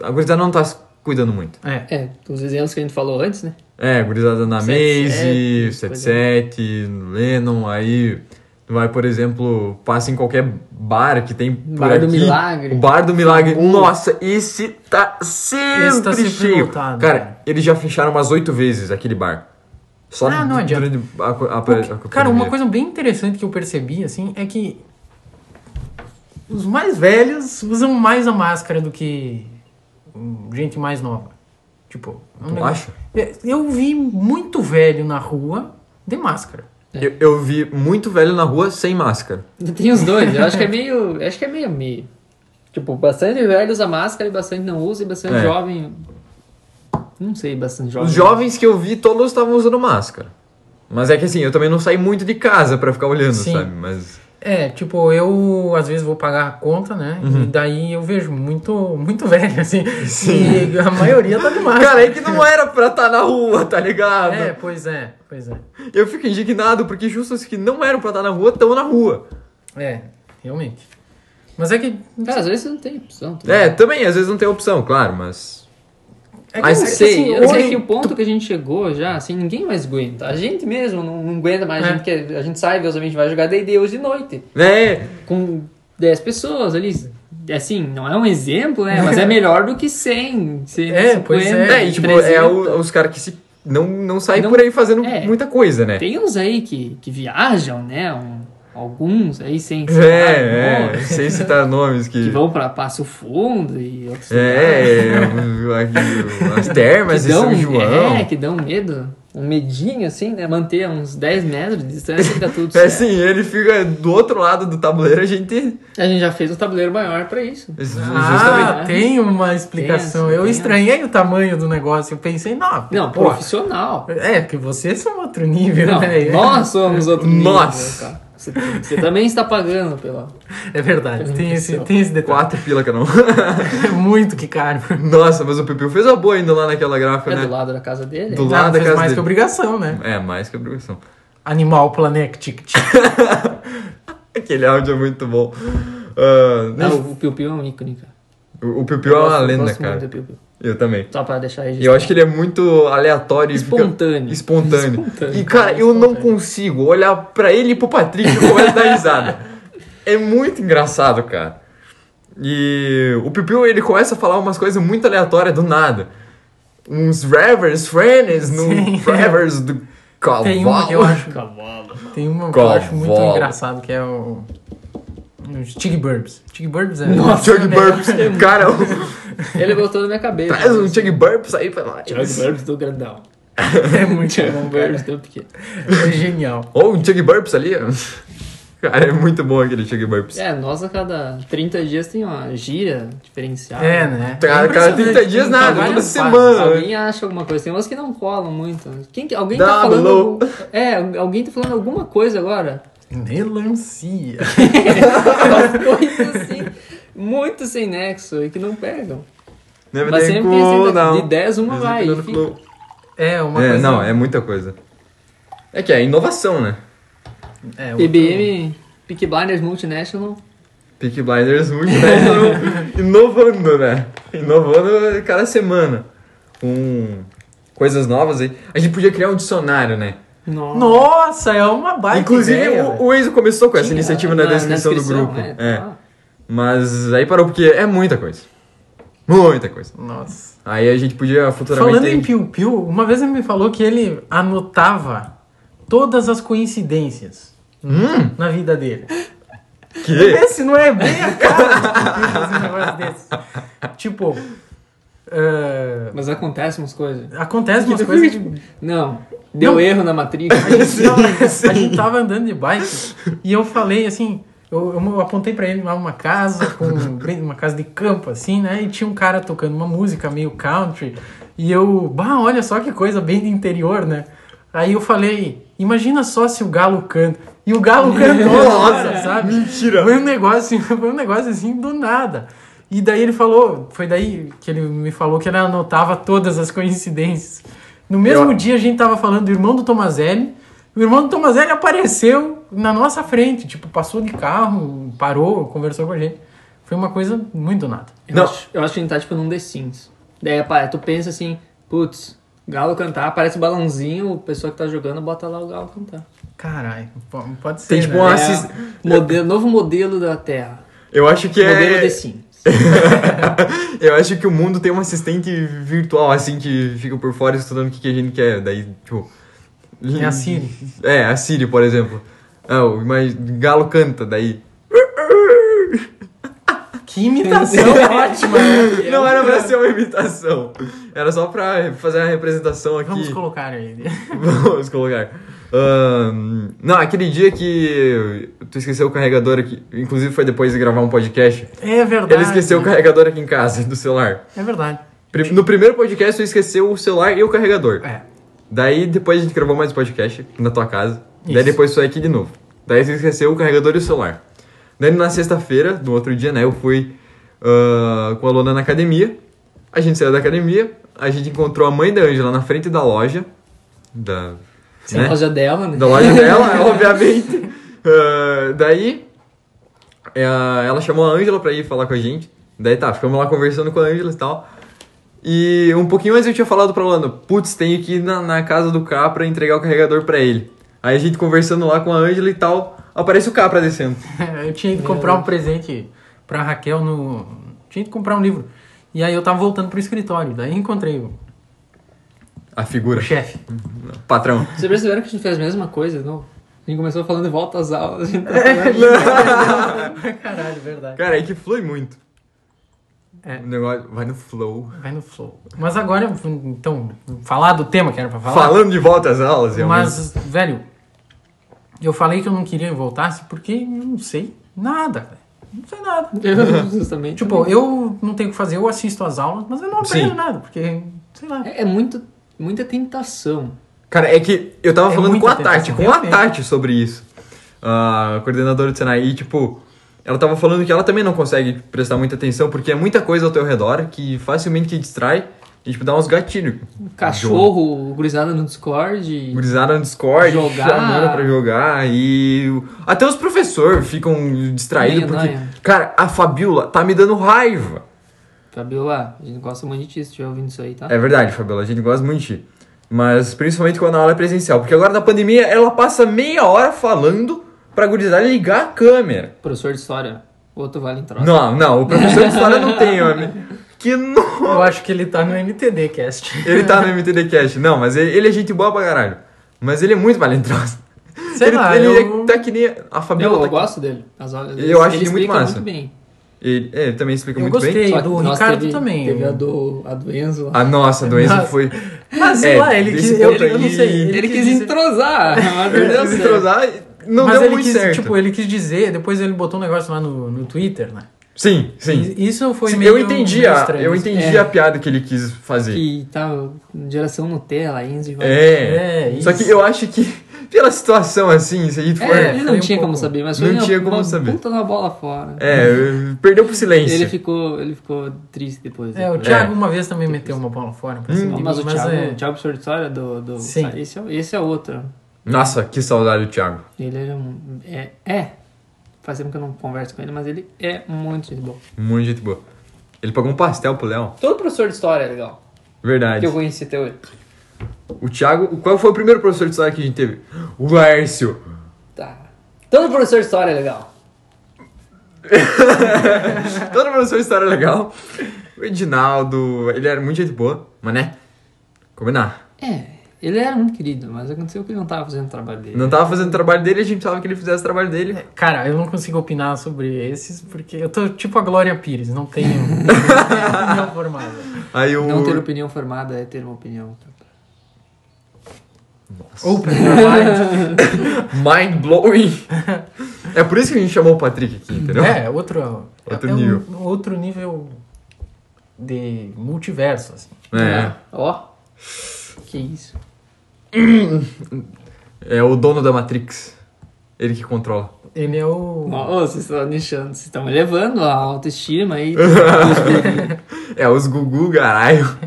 a gurizada não tá se cuidando muito. É. É, os exemplos que a gente falou antes, né? É, gurizada na 77, é. Maze, 77, Lennon, aí vai, por exemplo, passa em qualquer bar que tem por Bar do aqui. Milagre. O Bar do Milagre. Nossa, esse tá sempre, Esse tá sempre cheio. lotado, né? cara, cara. eles já fecharam umas oito vezes aquele bar. Só Ah, não durante adianta. a- a- a- Porque, a- a- cara, uma pandemia. coisa bem interessante que eu percebi, assim, é que os mais velhos usam mais a máscara do que hum, gente mais nova. Tipo, é um Tu negócio- acha? É, Eu vi muito velho na rua de máscara. Eu, eu vi muito velho na rua sem máscara. Tem os dois. Eu acho que é meio. eu acho que é meio meio. Tipo, bastante velho usa máscara e bastante não usa, e bastante É. jovem. Não sei, bastante jovem. Os jovens que eu vi, todos estavam usando máscara. Mas é que assim, eu também não saí muito de casa pra ficar olhando, Sim. sabe? Mas. É, tipo, eu às vezes vou pagar a conta, né? E Uhum. daí eu vejo muito, muito velho, assim. E a maioria tá de máscara. Cara, é que não era pra estar na rua, tá ligado? É, pois é, pois é. Eu fico indignado porque justo os que não eram pra estar na rua estão na rua. É, realmente. Mas é que. Cara, às vezes você não tem opção. tá ligado? É, também, às vezes não tem opção, claro, mas. É que Mas Eu assim, sei, eu hoje- sei que o ponto que a gente chegou já, assim, ninguém mais aguenta. A gente mesmo não, não aguenta mais. A, É. gente quer, a gente sai, meus amigos, vai jogar D&D hoje de noite. É, Com 10 pessoas ali. Assim, não é um exemplo, né? Mas é melhor do que 100, 150, É, pois é, e, tipo, é 300. o- os caras que se. Não, não saem Não- por aí fazendo é. muita coisa, né? Tem uns aí que, que viajam, né? Um- alguns aí sem né? É, é, sem citar nomes que vão pra Passo Fundo e outros É, o- aqui, as termas de São João. É, que dão medo. Um medinho, assim, né? Manter uns 10 metros de distância e dá tudo É certo. assim, ele fica do outro lado do tabuleiro, a gente. A gente já fez um tabuleiro maior pra isso. Justamente. Ah, tem uma explicação. Tem, assim, eu tem. estranhei o tamanho do negócio. Eu pensei, não, Não, pô, profissional. é, que vocês são outro nível, Não, né? nós somos outro nível, Nós. cara. Você, você também está pagando pela... É verdade, tem esse, Profissional. tem esse detalhe. Quatro pila que eu não. É muito que caro. Nossa, mas o Pipiu fez a boa ainda lá naquela gráfica, É do né? lado da casa dele. Do Nada lado da fez casa mais dele. que obrigação, né? É, mais que obrigação. Animal Planet. Aquele áudio é muito bom. Ah, Não, deixa- o Piu Piu é um ícone, cara. o, o Pipiu é Eu uma gosto- eu lenda, gosto muito cara. do Piu Piu. Eu também. Só pra deixar registrado. Eu acho que ele é muito aleatório e fica- Espontâneo. espontâneo. Espontâneo. E, cara, eu não consigo olhar pra ele e pro Patrick e começo a dar risada. É muito engraçado, cara. E o Pipiu, ele começa a falar umas coisas muito aleatórias do nada. Uns Revers, Friends, no Revers do cavalo. Tem uma que eu acho. Tem uma que eu acho muito Cavalo. engraçado, que é o. Os Tig Burbs. Tig Burbs é. Nossa, Chug Burps. Cara, Ele botou na minha cabeça. traz um Chug Burps aí pra nós. Chug Burbs é um do grandão. É muito Chug bom, cara. Burbs do pequeno. É genial. Ou um Chug Burps ali. Cara, é muito bom aquele Chug Burps. É, nós a cada 30 dias tem uma gira diferenciada. É, né? Cara, É cada 30 impressionante, dias tem nada, várias toda fases. semana. Alguém acha alguma coisa. Tem umas que não colam muito. Quem, que- alguém Dá tá falando... alô. algum- É, alguém tá falando alguma coisa agora. Melancia. Coisas assim, muito sem nexo e que não pegam. Never Mas Day sempre Cool, tem assim, da- não. de 10 uma Never vai Day e fica. Cool. É, uma É, coisa. não, é muita coisa. É que é inovação, né? é outro- PBM, Peak Blinders Multinational, Peak Blinders muito né? Ino- inovando, né? Inovando cada semana. Com coisas novas aí. A gente podia criar um dicionário, né? Nossa. Nossa, é uma baita Inclusive, ideia, o, velho. o Enzo começou com essa iniciativa na, descrição, do grupo. É, É. tá. Mas aí parou porque é muita coisa. Muita coisa. Nossa. Aí a gente podia futuramente. Falando em Piu Piu, uma vez ele me falou que ele anotava todas as coincidências Hum, na vida dele. que? Esse não é bem a cara de fazer um negócio desse. Tipo, eh, Mas acontecem umas coisas. acontece umas coisas que Não, deu Não. erro na matriz. Não, a gente tava andando de bike e eu falei assim, eu, eu apontei pra ele lá uma casa, com bem- uma casa de campo, assim, né? E tinha um cara tocando uma música meio country. E eu, bah, olha só que coisa bem de interior, né? Aí eu falei, imagina só se o galo canta. E o galo cantou, nossa, sabe? Mentira. Foi um negócio, foi um negócio assim do nada. E daí ele falou, foi daí que ele me falou que ele anotava todas as coincidências. No mesmo Eu- dia a gente tava falando do irmão do Tomazelli, o irmão do Tomazelli apareceu na nossa frente, tipo, passou de carro, parou, conversou com a gente. Foi uma coisa muito do nada. Eu, Não. acho, eu acho que a gente tá tipo num The Sims. Daí, é, pá, tu pensa assim, putz, galo cantar, aparece o balãozinho, o pessoal que tá jogando bota lá o galo cantar. Caralho, po- pode ser. Tem tipo né? uma. É, assis- modelo- novo modelo da Terra. Eu acho que Modelo The é. Sims. Eu acho que o mundo tem um assistente virtual, assim, que fica por fora estudando o que, que a gente quer. Daí, tipo. É a Siri. É, a Siri, por exemplo. Ah, o mas galo canta, daí. Que imitação é ótima. né? Não era pra ser uma imitação. Era só pra fazer a representação aqui. Vamos colocar aí. Vamos colocar. Ahn, não, aquele dia que tu esqueceu o carregador aqui. Inclusive foi depois de gravar um podcast. É verdade. Ele esqueceu o carregador aqui em casa do celular. É verdade. Pri- No primeiro podcast tu esqueceu o celular e o carregador. É. Daí depois a gente gravou mais um podcast na tua casa. Daí Isso. depois foi aqui de novo. Daí você esqueceu o carregador e o celular. Daí na sexta-feira, no outro dia, né, eu fui ah, com a Lona na academia. A gente saiu da academia, a gente encontrou a mãe da Ângela na frente da loja. Da. Sim, a loja dela, né? Da loja dela, é obviamente. Ah, daí, eh, ela chamou a Ângela pra ir falar com a gente. Daí tá, ficamos lá conversando com a Ângela e tal. E um pouquinho antes eu tinha falado pra Lana, putz, tenho que ir na, na casa do K pra entregar o carregador pra ele. Aí a gente conversando lá com a Ângela e tal, aparece o Capra descendo. Eu tinha ido comprar É. um presente pra Raquel no. Tinha ido comprar um livro. E aí eu tava voltando pro escritório. Daí encontrei o A figura. o chefe. Patrão. Vocês perceberam que a gente fez a mesma coisa, não? A gente começou falando de volta às aulas. A gente tá Caralho, verdade. Cara, é que flui muito. É. O negócio vai no flow. Vai no flow. Mas agora, então, falar do tema que era pra falar. Falando de volta às aulas, realmente. Mas, velho, eu falei que eu não queria que voltasse porque eu não sei nada, velho. Não sei nada. falando justamente. Tipo, eu não tenho o que fazer, eu assisto as aulas, mas eu não aprendo Sim. nada, porque, sei lá. É, é muito, muita tentação. Cara, é que eu tava É falando muita com a tentação, Tati, com a realmente. Tati sobre isso. A coordenadora do Senai. E, tipo, ela tava falando que ela também não consegue prestar muita atenção, porque é muita coisa ao teu redor que facilmente te distrai e, tipo, dá uns gatilhos. Cachorro, gurizada no Discord. Gurizada no Discord, Jogar. chamando pra jogar. E o- até os professores ficam distraídos, Meio porque... nóia. Cara, a Fabiola tá me dando raiva. Fabiola, ah, a gente gosta muito de ti, se estiver ouvindo isso aí, tá? É verdade, Fabiola, a gente gosta muito de ti. Mas principalmente quando a aula é presencial. Porque agora na pandemia ela passa meia hora falando pra gurizada ligar a câmera. Professor de história, outro vale em troca. Não, não, o professor de história não tem, homem. Que no... Eu acho que ele tá no MTD Cast. Ele tá no MTD Cast. Não, mas ele, ele é gente boa pra caralho. Mas ele é muito malentroso. Sei ele lá, ele eu- é- tá que nem a Fabiola. Eu, tá eu que- gosto dele. As aulas, Eu ele- acho ele ele muito explica massa. muito bem. Ele, é, ele também explica Eu muito gostei. bem. E Só do nossa, Ricardo teve- também, né? Teve eu- a do, a do Enzo lá. A nossa, a doença Nossa. foi... Mas sei É, lá, ele desse quis. Eu, ponto eu não aí- sei. Ele, quis entrosar, mas não Ele deu quis certo. entrosar e não mas deu ele muito quis, certo. tipo, ele quis dizer, depois ele botou um negócio lá no, no Twitter, né? Sim, sim. E- Isso foi Hum. Sim, meio. um eu entendi, meio a, estranho. assim. eu entendi É. a piada que ele quis fazer. Que tá geração Nutella, Enzo e vai. É. É, Só isso. que eu acho que, pela situação assim, se a gente for. É, É, ele foi não um tinha como pouco- saber, mas não foi uma- tinha como uma saber. É, puta na bola fora. perdeu pro silêncio. Ele ficou, ele ficou triste depois. É, o depois. Thiago uma vez também meteu uma bola fora Hum. pra cima de Mas mim, o Thiago, é- o Thiago professor de história do... do Sim. ah, Esse, é, esse é outro. Nossa, que saudade do Thiago. Ele era um... É, é. Faz tempo que eu não converso com ele, mas ele é muito gente boa. Muito gente boa. Ele pagou um pastel pro Léo. Todo professor de história é legal. Verdade. Que eu conheci até hoje. O Thiago, qual foi o primeiro professor de história que a gente teve? O Laércio. Tá. Todo professor de história é legal. Todo professor de história é legal. O Edinaldo, ele era muito gente boa, mas né? Combinar. É, ele era muito querido, mas aconteceu que ele não tava fazendo o trabalho dele. Não tava fazendo o trabalho dele, a gente precisava que ele fizesse o trabalho dele. Cara, eu não consigo opinar sobre esses, porque eu tô tipo a Glória Pires, não tenho opinião formada. Aí o. Não ter opinião formada é ter uma opinião. Open your mind. Mind blowing. é por isso que a gente chamou o Patrick aqui, entendeu? É, outro, é- Outro é um- nível. outro nível de multiverso, assim. É. Ó. Tá. Que isso. É o dono da Matrix. Ele que controla. Ele é o. Ó, vocês estão deixando, vocês estão elevando a autoestima aí. É, os Gugu, caralho.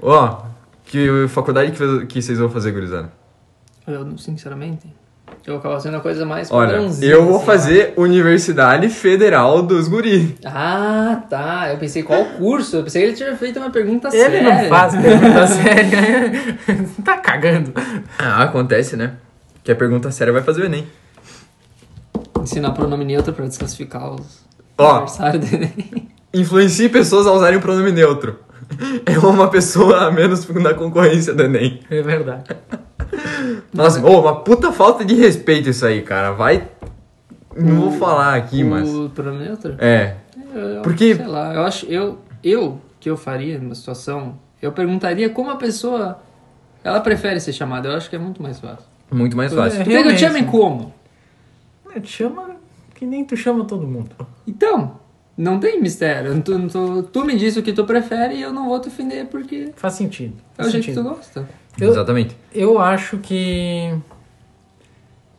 Ó, que faculdade que, fez- que vocês vão fazer, gurizada? Eu, não- sinceramente, eu acabo sendo a coisa mais Olha, padrãozinha, eu vou assim, fazer Universidade Federal dos Guri. ó. Ah, tá. Eu pensei qual curso. Eu pensei que ele tinha feito uma pergunta Ele séria. não faz pergunta séria. tá cagando. Ah, acontece, né? Que a pergunta séria vai fazer o Enem. Ensinar pronome neutro pra desclassificar os Ó. adversários dele. Influencie pessoas a usarem o pronome neutro. É uma pessoa a menos na concorrência do Enem. É verdade. Nossa, ô, uma puta falta de respeito isso aí, cara. Vai. Não vou falar aqui, mas. O pronome neutro? É. Eu- eu- Porque- Sei lá, eu acho. Eu, eu que eu faria numa situação, eu perguntaria como a pessoa. Ela prefere ser chamada, eu acho que é muito mais fácil. Muito mais fácil. Tu quer que eu te É, Realmente. chame como? É, Te chama que nem tu chama todo mundo. Então, não tem mistério. Tu, tu, tu me disse o que tu prefere e eu não vou te ofender porque Faz sentido. é Faz o jeito que tu sentido. gosta. Eu- Exatamente. Eu acho que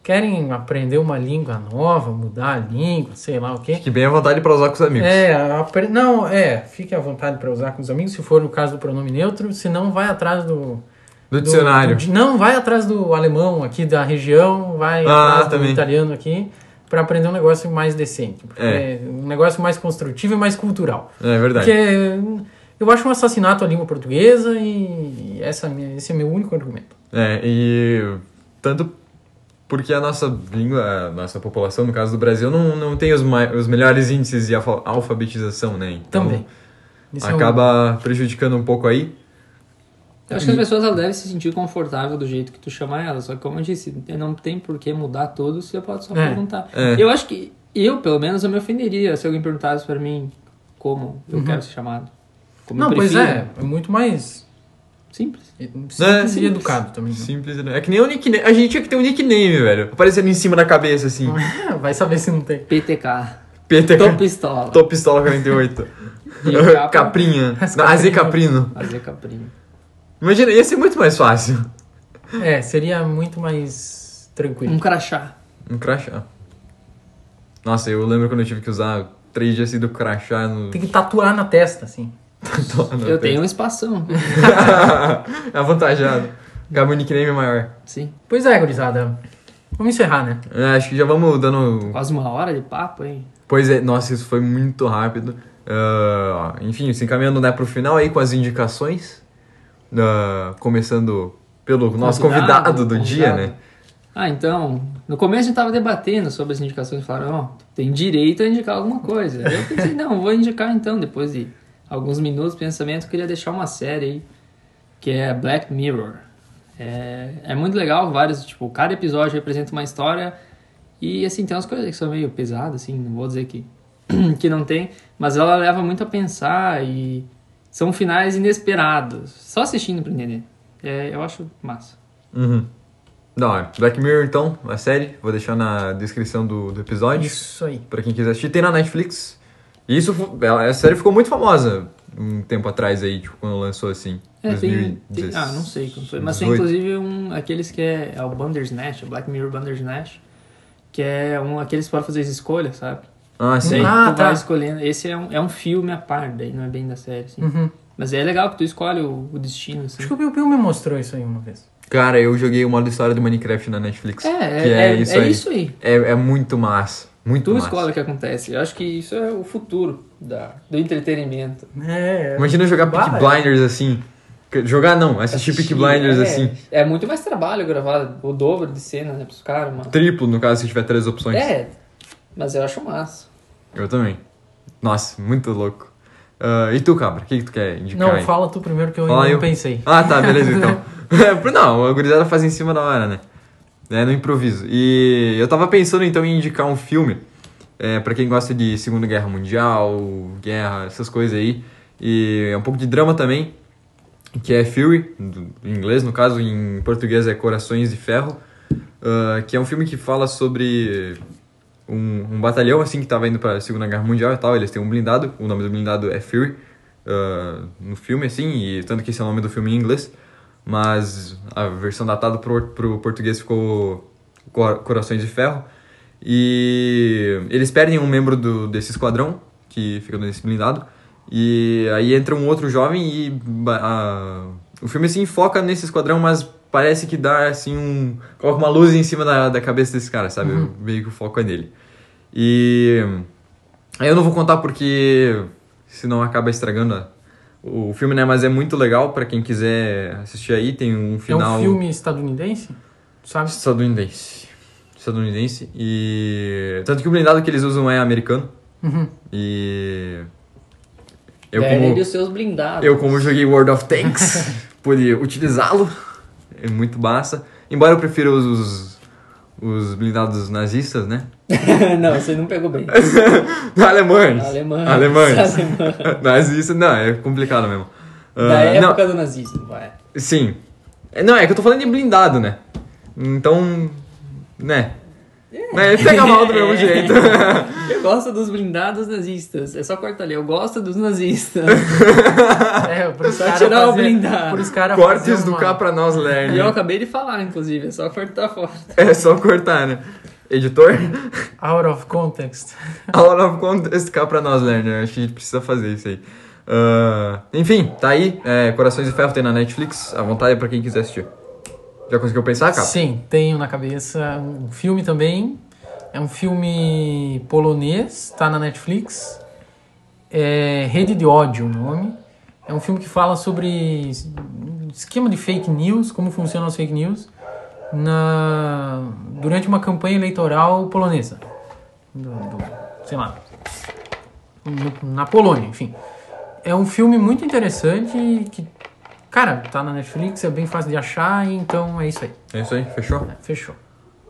querem aprender uma língua nova, mudar a língua, sei lá o quê. Fique bem à vontade pra usar com os amigos. É, apre- não, é, fique à vontade para usar com os amigos, se for o caso do pronome neutro, se não vai atrás do Do do- dicionário. do- não, vai atrás do alemão aqui da região, vai Ah, atrás também. do italiano aqui para aprender um negócio mais decente, porque É. é um negócio mais construtivo e mais cultural. É verdade. Porque eu acho um assassinato à língua portuguesa e essa é a minha- esse é meu único argumento. É, e tanto porque a nossa língua, a nossa população, no caso do Brasil, não, não tem os, mai- os melhores índices de alfa- alfabetização, né? Então, Também. Isso é um- acaba prejudicando um pouco aí. Eu acho que as pessoas elas devem se sentir confortável do jeito que tu chama elas. Só que, como eu disse, não tem por que mudar tudo se eu posso só É. perguntar. É. Eu acho que eu, pelo menos, eu me ofenderia se alguém perguntasse pra mim como eu quero ser chamado. Como eu Uhum. Não, pois prefiro. é, é muito mais Simples. simples e simples. educado também. né? Simples, né? É que nem o nickname. A gente tinha que ter um nickname, velho. Aparecendo em cima da cabeça, assim. Vai saber se não tem. PTK. PTK. Tô pistola. Tô pistola 48. E o capa? Caprinha. Não, AZ Caprino. Fazer caprinho. Imagina, ia ser muito mais fácil. É, seria muito mais tranquilo. Um crachá. Um crachá. Nossa, eu lembro quando eu tive que usar três dias assim do crachá no. Tem que tatuar na testa, assim. no eu peito. tenho um espação. é avantajado. Acaba o nickname maior. Sim. Pois é, gurizada. Vamos encerrar, né? É, acho que já vamos dando. Quase uma hora de papo, hein? Pois é, nossa, isso foi muito rápido. Ah, enfim, se encaminhando né, pro final aí com as indicações. Ah, começando pelo nosso convidado do dia, convidado. né? Ah, então, no começo a gente tava debatendo sobre as indicações, falaram, ó, tu tem direito a indicar alguma coisa. Eu pensei, não, vou indicar então, depois de alguns minutos de pensamento, eu queria deixar uma série aí, que é Black Mirror. É, é muito legal, vários, tipo, cada episódio representa uma história e, assim, tem umas coisas que são meio pesadas, assim, não vou dizer que, que não tem, mas ela leva muito a pensar e são finais inesperados. Só assistindo pra entender. É, eu acho massa. Uhum. Da hora. Black Mirror, então, a série. Vou deixar na descrição do, do episódio. Isso aí. Pra quem quiser assistir, tem na Netflix. E isso, fu- ela, a série ficou muito famosa um tempo atrás aí, tipo, quando lançou assim. É, tem, 2016. tem- Ah, não sei como foi. Mas tem 18. inclusive um. Aqueles que é. É o Bandersnatch, o Black Mirror Bandersnatch. Que é um. Aqueles que podem fazer as escolhas, sabe? Ah, sim. Daí Ah, tu tá. vai escolhendo. Esse é um, é um filme à par, daí não é bem da série, assim. Uhum. Mas é legal que tu escolhe o, o destino, assim. Acho que o Piu Piu me mostrou isso aí uma vez. Cara, eu joguei o modo história do Minecraft na Netflix. É, é, que é, é isso aí. É, é muito massa. Muito Tu massa. escolhe o que acontece. Eu acho que isso é o futuro da, do entretenimento. É, Imagina jogar Peak Vai. Blinders assim. Que- Jogar não, assistir, Peak Blinders é, assim. É muito mais trabalho gravar o dobro de cenas, né, pros caras, mano. Triplo, no caso, se tiver três opções. É, mas eu acho massa. Eu também. Nossa, muito louco. Ah, e tu, cabra, o que, que tu quer indicar? Não, aí? fala tu primeiro que eu Fala ainda aí. não pensei. Ah, tá, beleza então. É, não, a gurizada faz em cima da hora, né? É, no improviso. E eu tava pensando então em indicar um filme é, para quem gosta de Segunda Guerra Mundial, guerra, essas coisas aí. E é um pouco de drama também, que é Fury, do- em inglês, no caso, em português é Corações de Ferro, ah, que é um filme que fala sobre um, um batalhão assim que estava indo para a Segunda Guerra Mundial e tal. Eles têm um blindado, o nome do blindado é Fury ah, no filme, assim, e tanto que esse é o nome do filme em inglês, mas a versão datada pro, pro português ficou Cor- Corações de Ferro. E eles perdem um membro do, desse esquadrão que fica nesse blindado. E aí entra um outro jovem e ba- a- o filme assim foca nesse esquadrão, mas parece que dá assim um coloca uma luz em cima da, da cabeça desse cara, sabe? Uhum. Meio que o foco é nele. E aí eu não vou contar porque senão acaba estragando a- o filme, né? Mas é muito legal pra quem quiser assistir aí, tem um É final um filme estadunidense? Tu sabe? estadunidense. Estadunidense e tanto que o blindado que eles usam é americano Uhum. e Eu eu como- os seus blindados. né? eu, como joguei World of Tanks, pude utilizá-lo. É muito massa. Embora eu prefira os, os, os blindados nazistas, né? não, você não pegou bem. Alemães. Alemães. Alemães. Alemães. Nazista, não, é complicado mesmo. Ah, da não, época do nazismo, vai. Sim. É, Não, é que eu tô falando de blindado, né? Então. Né? É. Mas ele pega mal do mesmo jeito. Eu gosto dos blindados nazistas. É só cortar ali. Eu gosto dos nazistas. É, por isso Só tirar o blindado. Por isso cara Tá Cortes fazer do uma- K pra nós, e eu Lerner. acabei de falar, inclusive. É só cortar fora. É só cortar, né? Editor? Out of context. Out of context cá pra nós, Lerner. Acho que a gente precisa fazer isso aí. Ah, enfim, tá aí. É, Corações de Ferro tem na Netflix. À vontade é pra quem quiser assistir. Já conseguiu pensar, cara? Sim, tenho na cabeça um filme também. É um filme polonês, tá na Netflix. É Rede de Ódio o nome. É um filme que fala sobre es- esquema de fake news, como funcionam as fake news na, durante uma campanha eleitoral polonesa. Do- do- sei lá, no- na Polônia, enfim. É um filme muito interessante que, cara, tá na Netflix, é bem fácil de achar, então é isso aí. É isso aí, fechou? Fechou.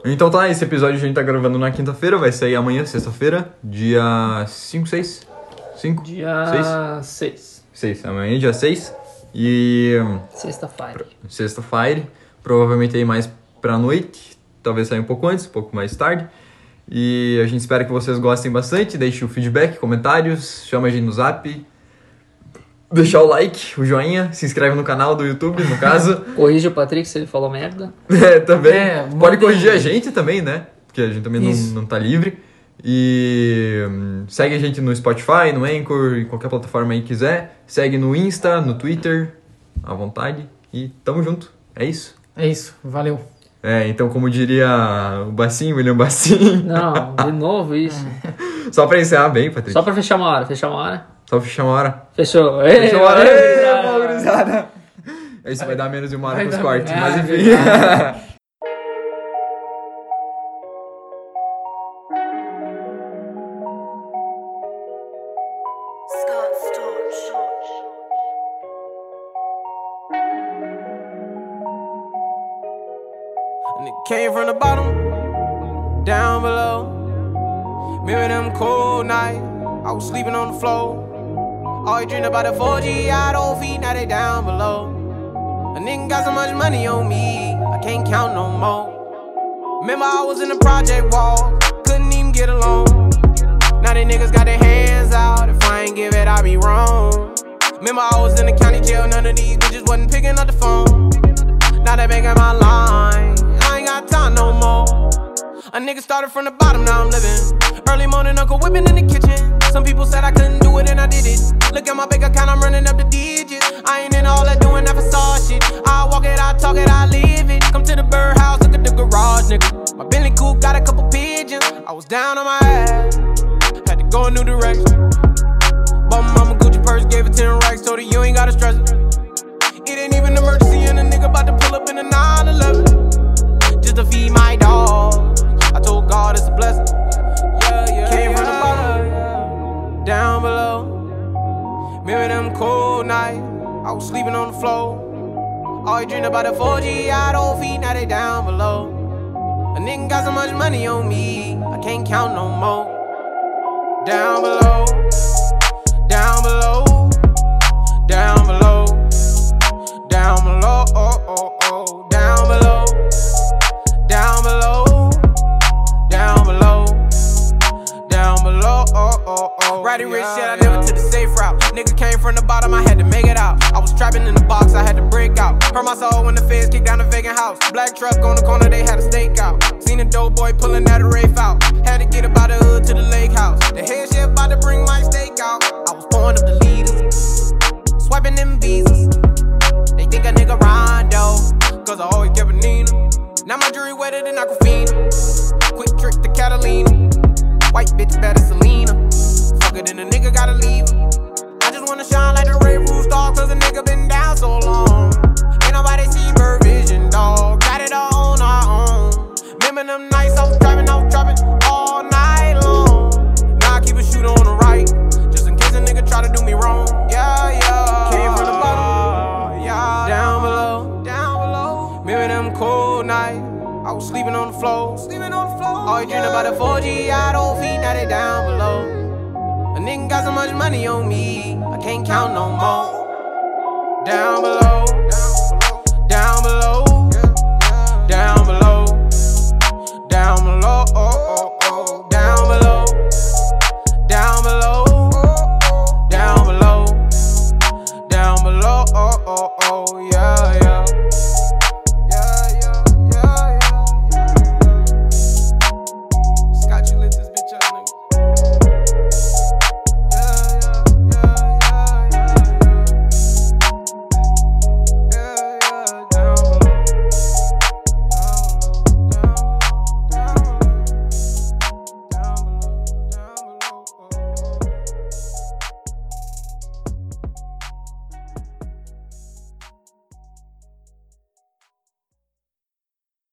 Então tá, esse episódio a gente tá gravando na quinta-feira. Vai sair amanhã, sexta-feira, dia 5, 6? 5? Dia 6. 6. Amanhã, dia 6. E hum, Sexta-feira. sexta-feira. Provavelmente aí mais pra noite. Talvez saia um pouco antes, um pouco mais tarde. E a gente espera que vocês gostem bastante. Deixe o feedback, comentários, chama a gente no zap. Deixar o like, o joinha, se inscreve no canal do YouTube, no caso. Corrija o Patrick se ele falou merda. É, também. É, Pode mandem- corrigir a gente também, né? Porque a gente também não, Isso. não tá livre. E hum, segue a gente no Spotify, no Anchor, em qualquer plataforma aí que quiser. Segue no Insta, no Twitter, à vontade. E tamo junto. É isso. É isso, valeu. É, então como diria o Bacinho, William Bacinho. Não, de novo isso. Só pra encerrar bem, Patrick. Só Só, pra fechar uma hora. Fechar uma hora. pra fechar uma hora. Fechou. Fechar uma hora. Ei, Ei, cara. valorizada. Isso vai dar menos de uma hora Vai pros dar- cortes, Ah, mas enfim. verdade. Scott Storch. And it came from the bottom, down below. Remember them cold nights, I was sleeping on the floor. All you dream about a 4G, I don't feed, now they down below. A nigga got so much money on me, I can't count no more. Remember I was in the project wall, couldn't even get along. Now they niggas got their hands out, if I ain't give it, I be wrong. Remember I was in the county jail, none of these bitches wasn't picking up the phone. Now they making my line. I ain't got time no more. A nigga started from the bottom, now I'm living. Early morning, Uncle whipping in the kitchen. Some people said I couldn't do it, and I did it. Look at my bank account, I'm running up the digits. I ain't in all that doing that facade shit. I walk it, I talk it, I live it. Come to the birdhouse, look at the garage, nigga. My Bentley coupe got a couple pigeons. I was down on my ass, had to go a new direction. Bought my mama Gucci purse, gave it 10 racks, told her you ain't gotta stress it. It ain't even emergency, and a nigga about to pull up in a 911. Just to feed my dog. I told God it's a blessing. Yeah, yeah, Came from the bottom, down below. Remember them cold nights, I was sleeping on the floor. Always dreamed about a 4G, I don't feed, now they down below. A nigga got so much money on me, I can't count no more. Down below, down below, down below, down below, oh, oh, oh. down below, down below, down below, down below, oh, oh, oh. Righty rich shit, I never took the safe route. Nigga came from the bottom, I had to make it out. I was trapping in the box, I had to break out. Hurt my soul when the feds kicked down the vacant house. Black truck on the corner, they had a stakeout. Seen a dope boy pulling out a rafe out. Had to get up out the hood to the lake house. The head chef about to bring my steak out. I was pouring up the leaders, swiping them visas. They think a nigga Rondo, cause I always kept a Nina. Now my jury wetter than Aquafina. Quick trick to Catalina. White bitch better Selena. Fuck it, and a nigga gotta leave. her. I just wanna shine like the Ray Roof dog, cause a nigga been down so long. Ain't nobody see bird vision, dog. Got it all on our own. Remember them nights I was driving, I was dropping all night long. Now I keep a shooter on the right, just in case a nigga try to do me wrong. Yeah, yeah. Came from the bottom, yeah. Down below, down below. Remember them cold nights, I was sleeping on the floor, sleeping on the floor. Always dreamed about a 4G, I don't feed, now they down below. A nigga got so much money on me, I can't count no more. Down below, down below, down below, down below, oh,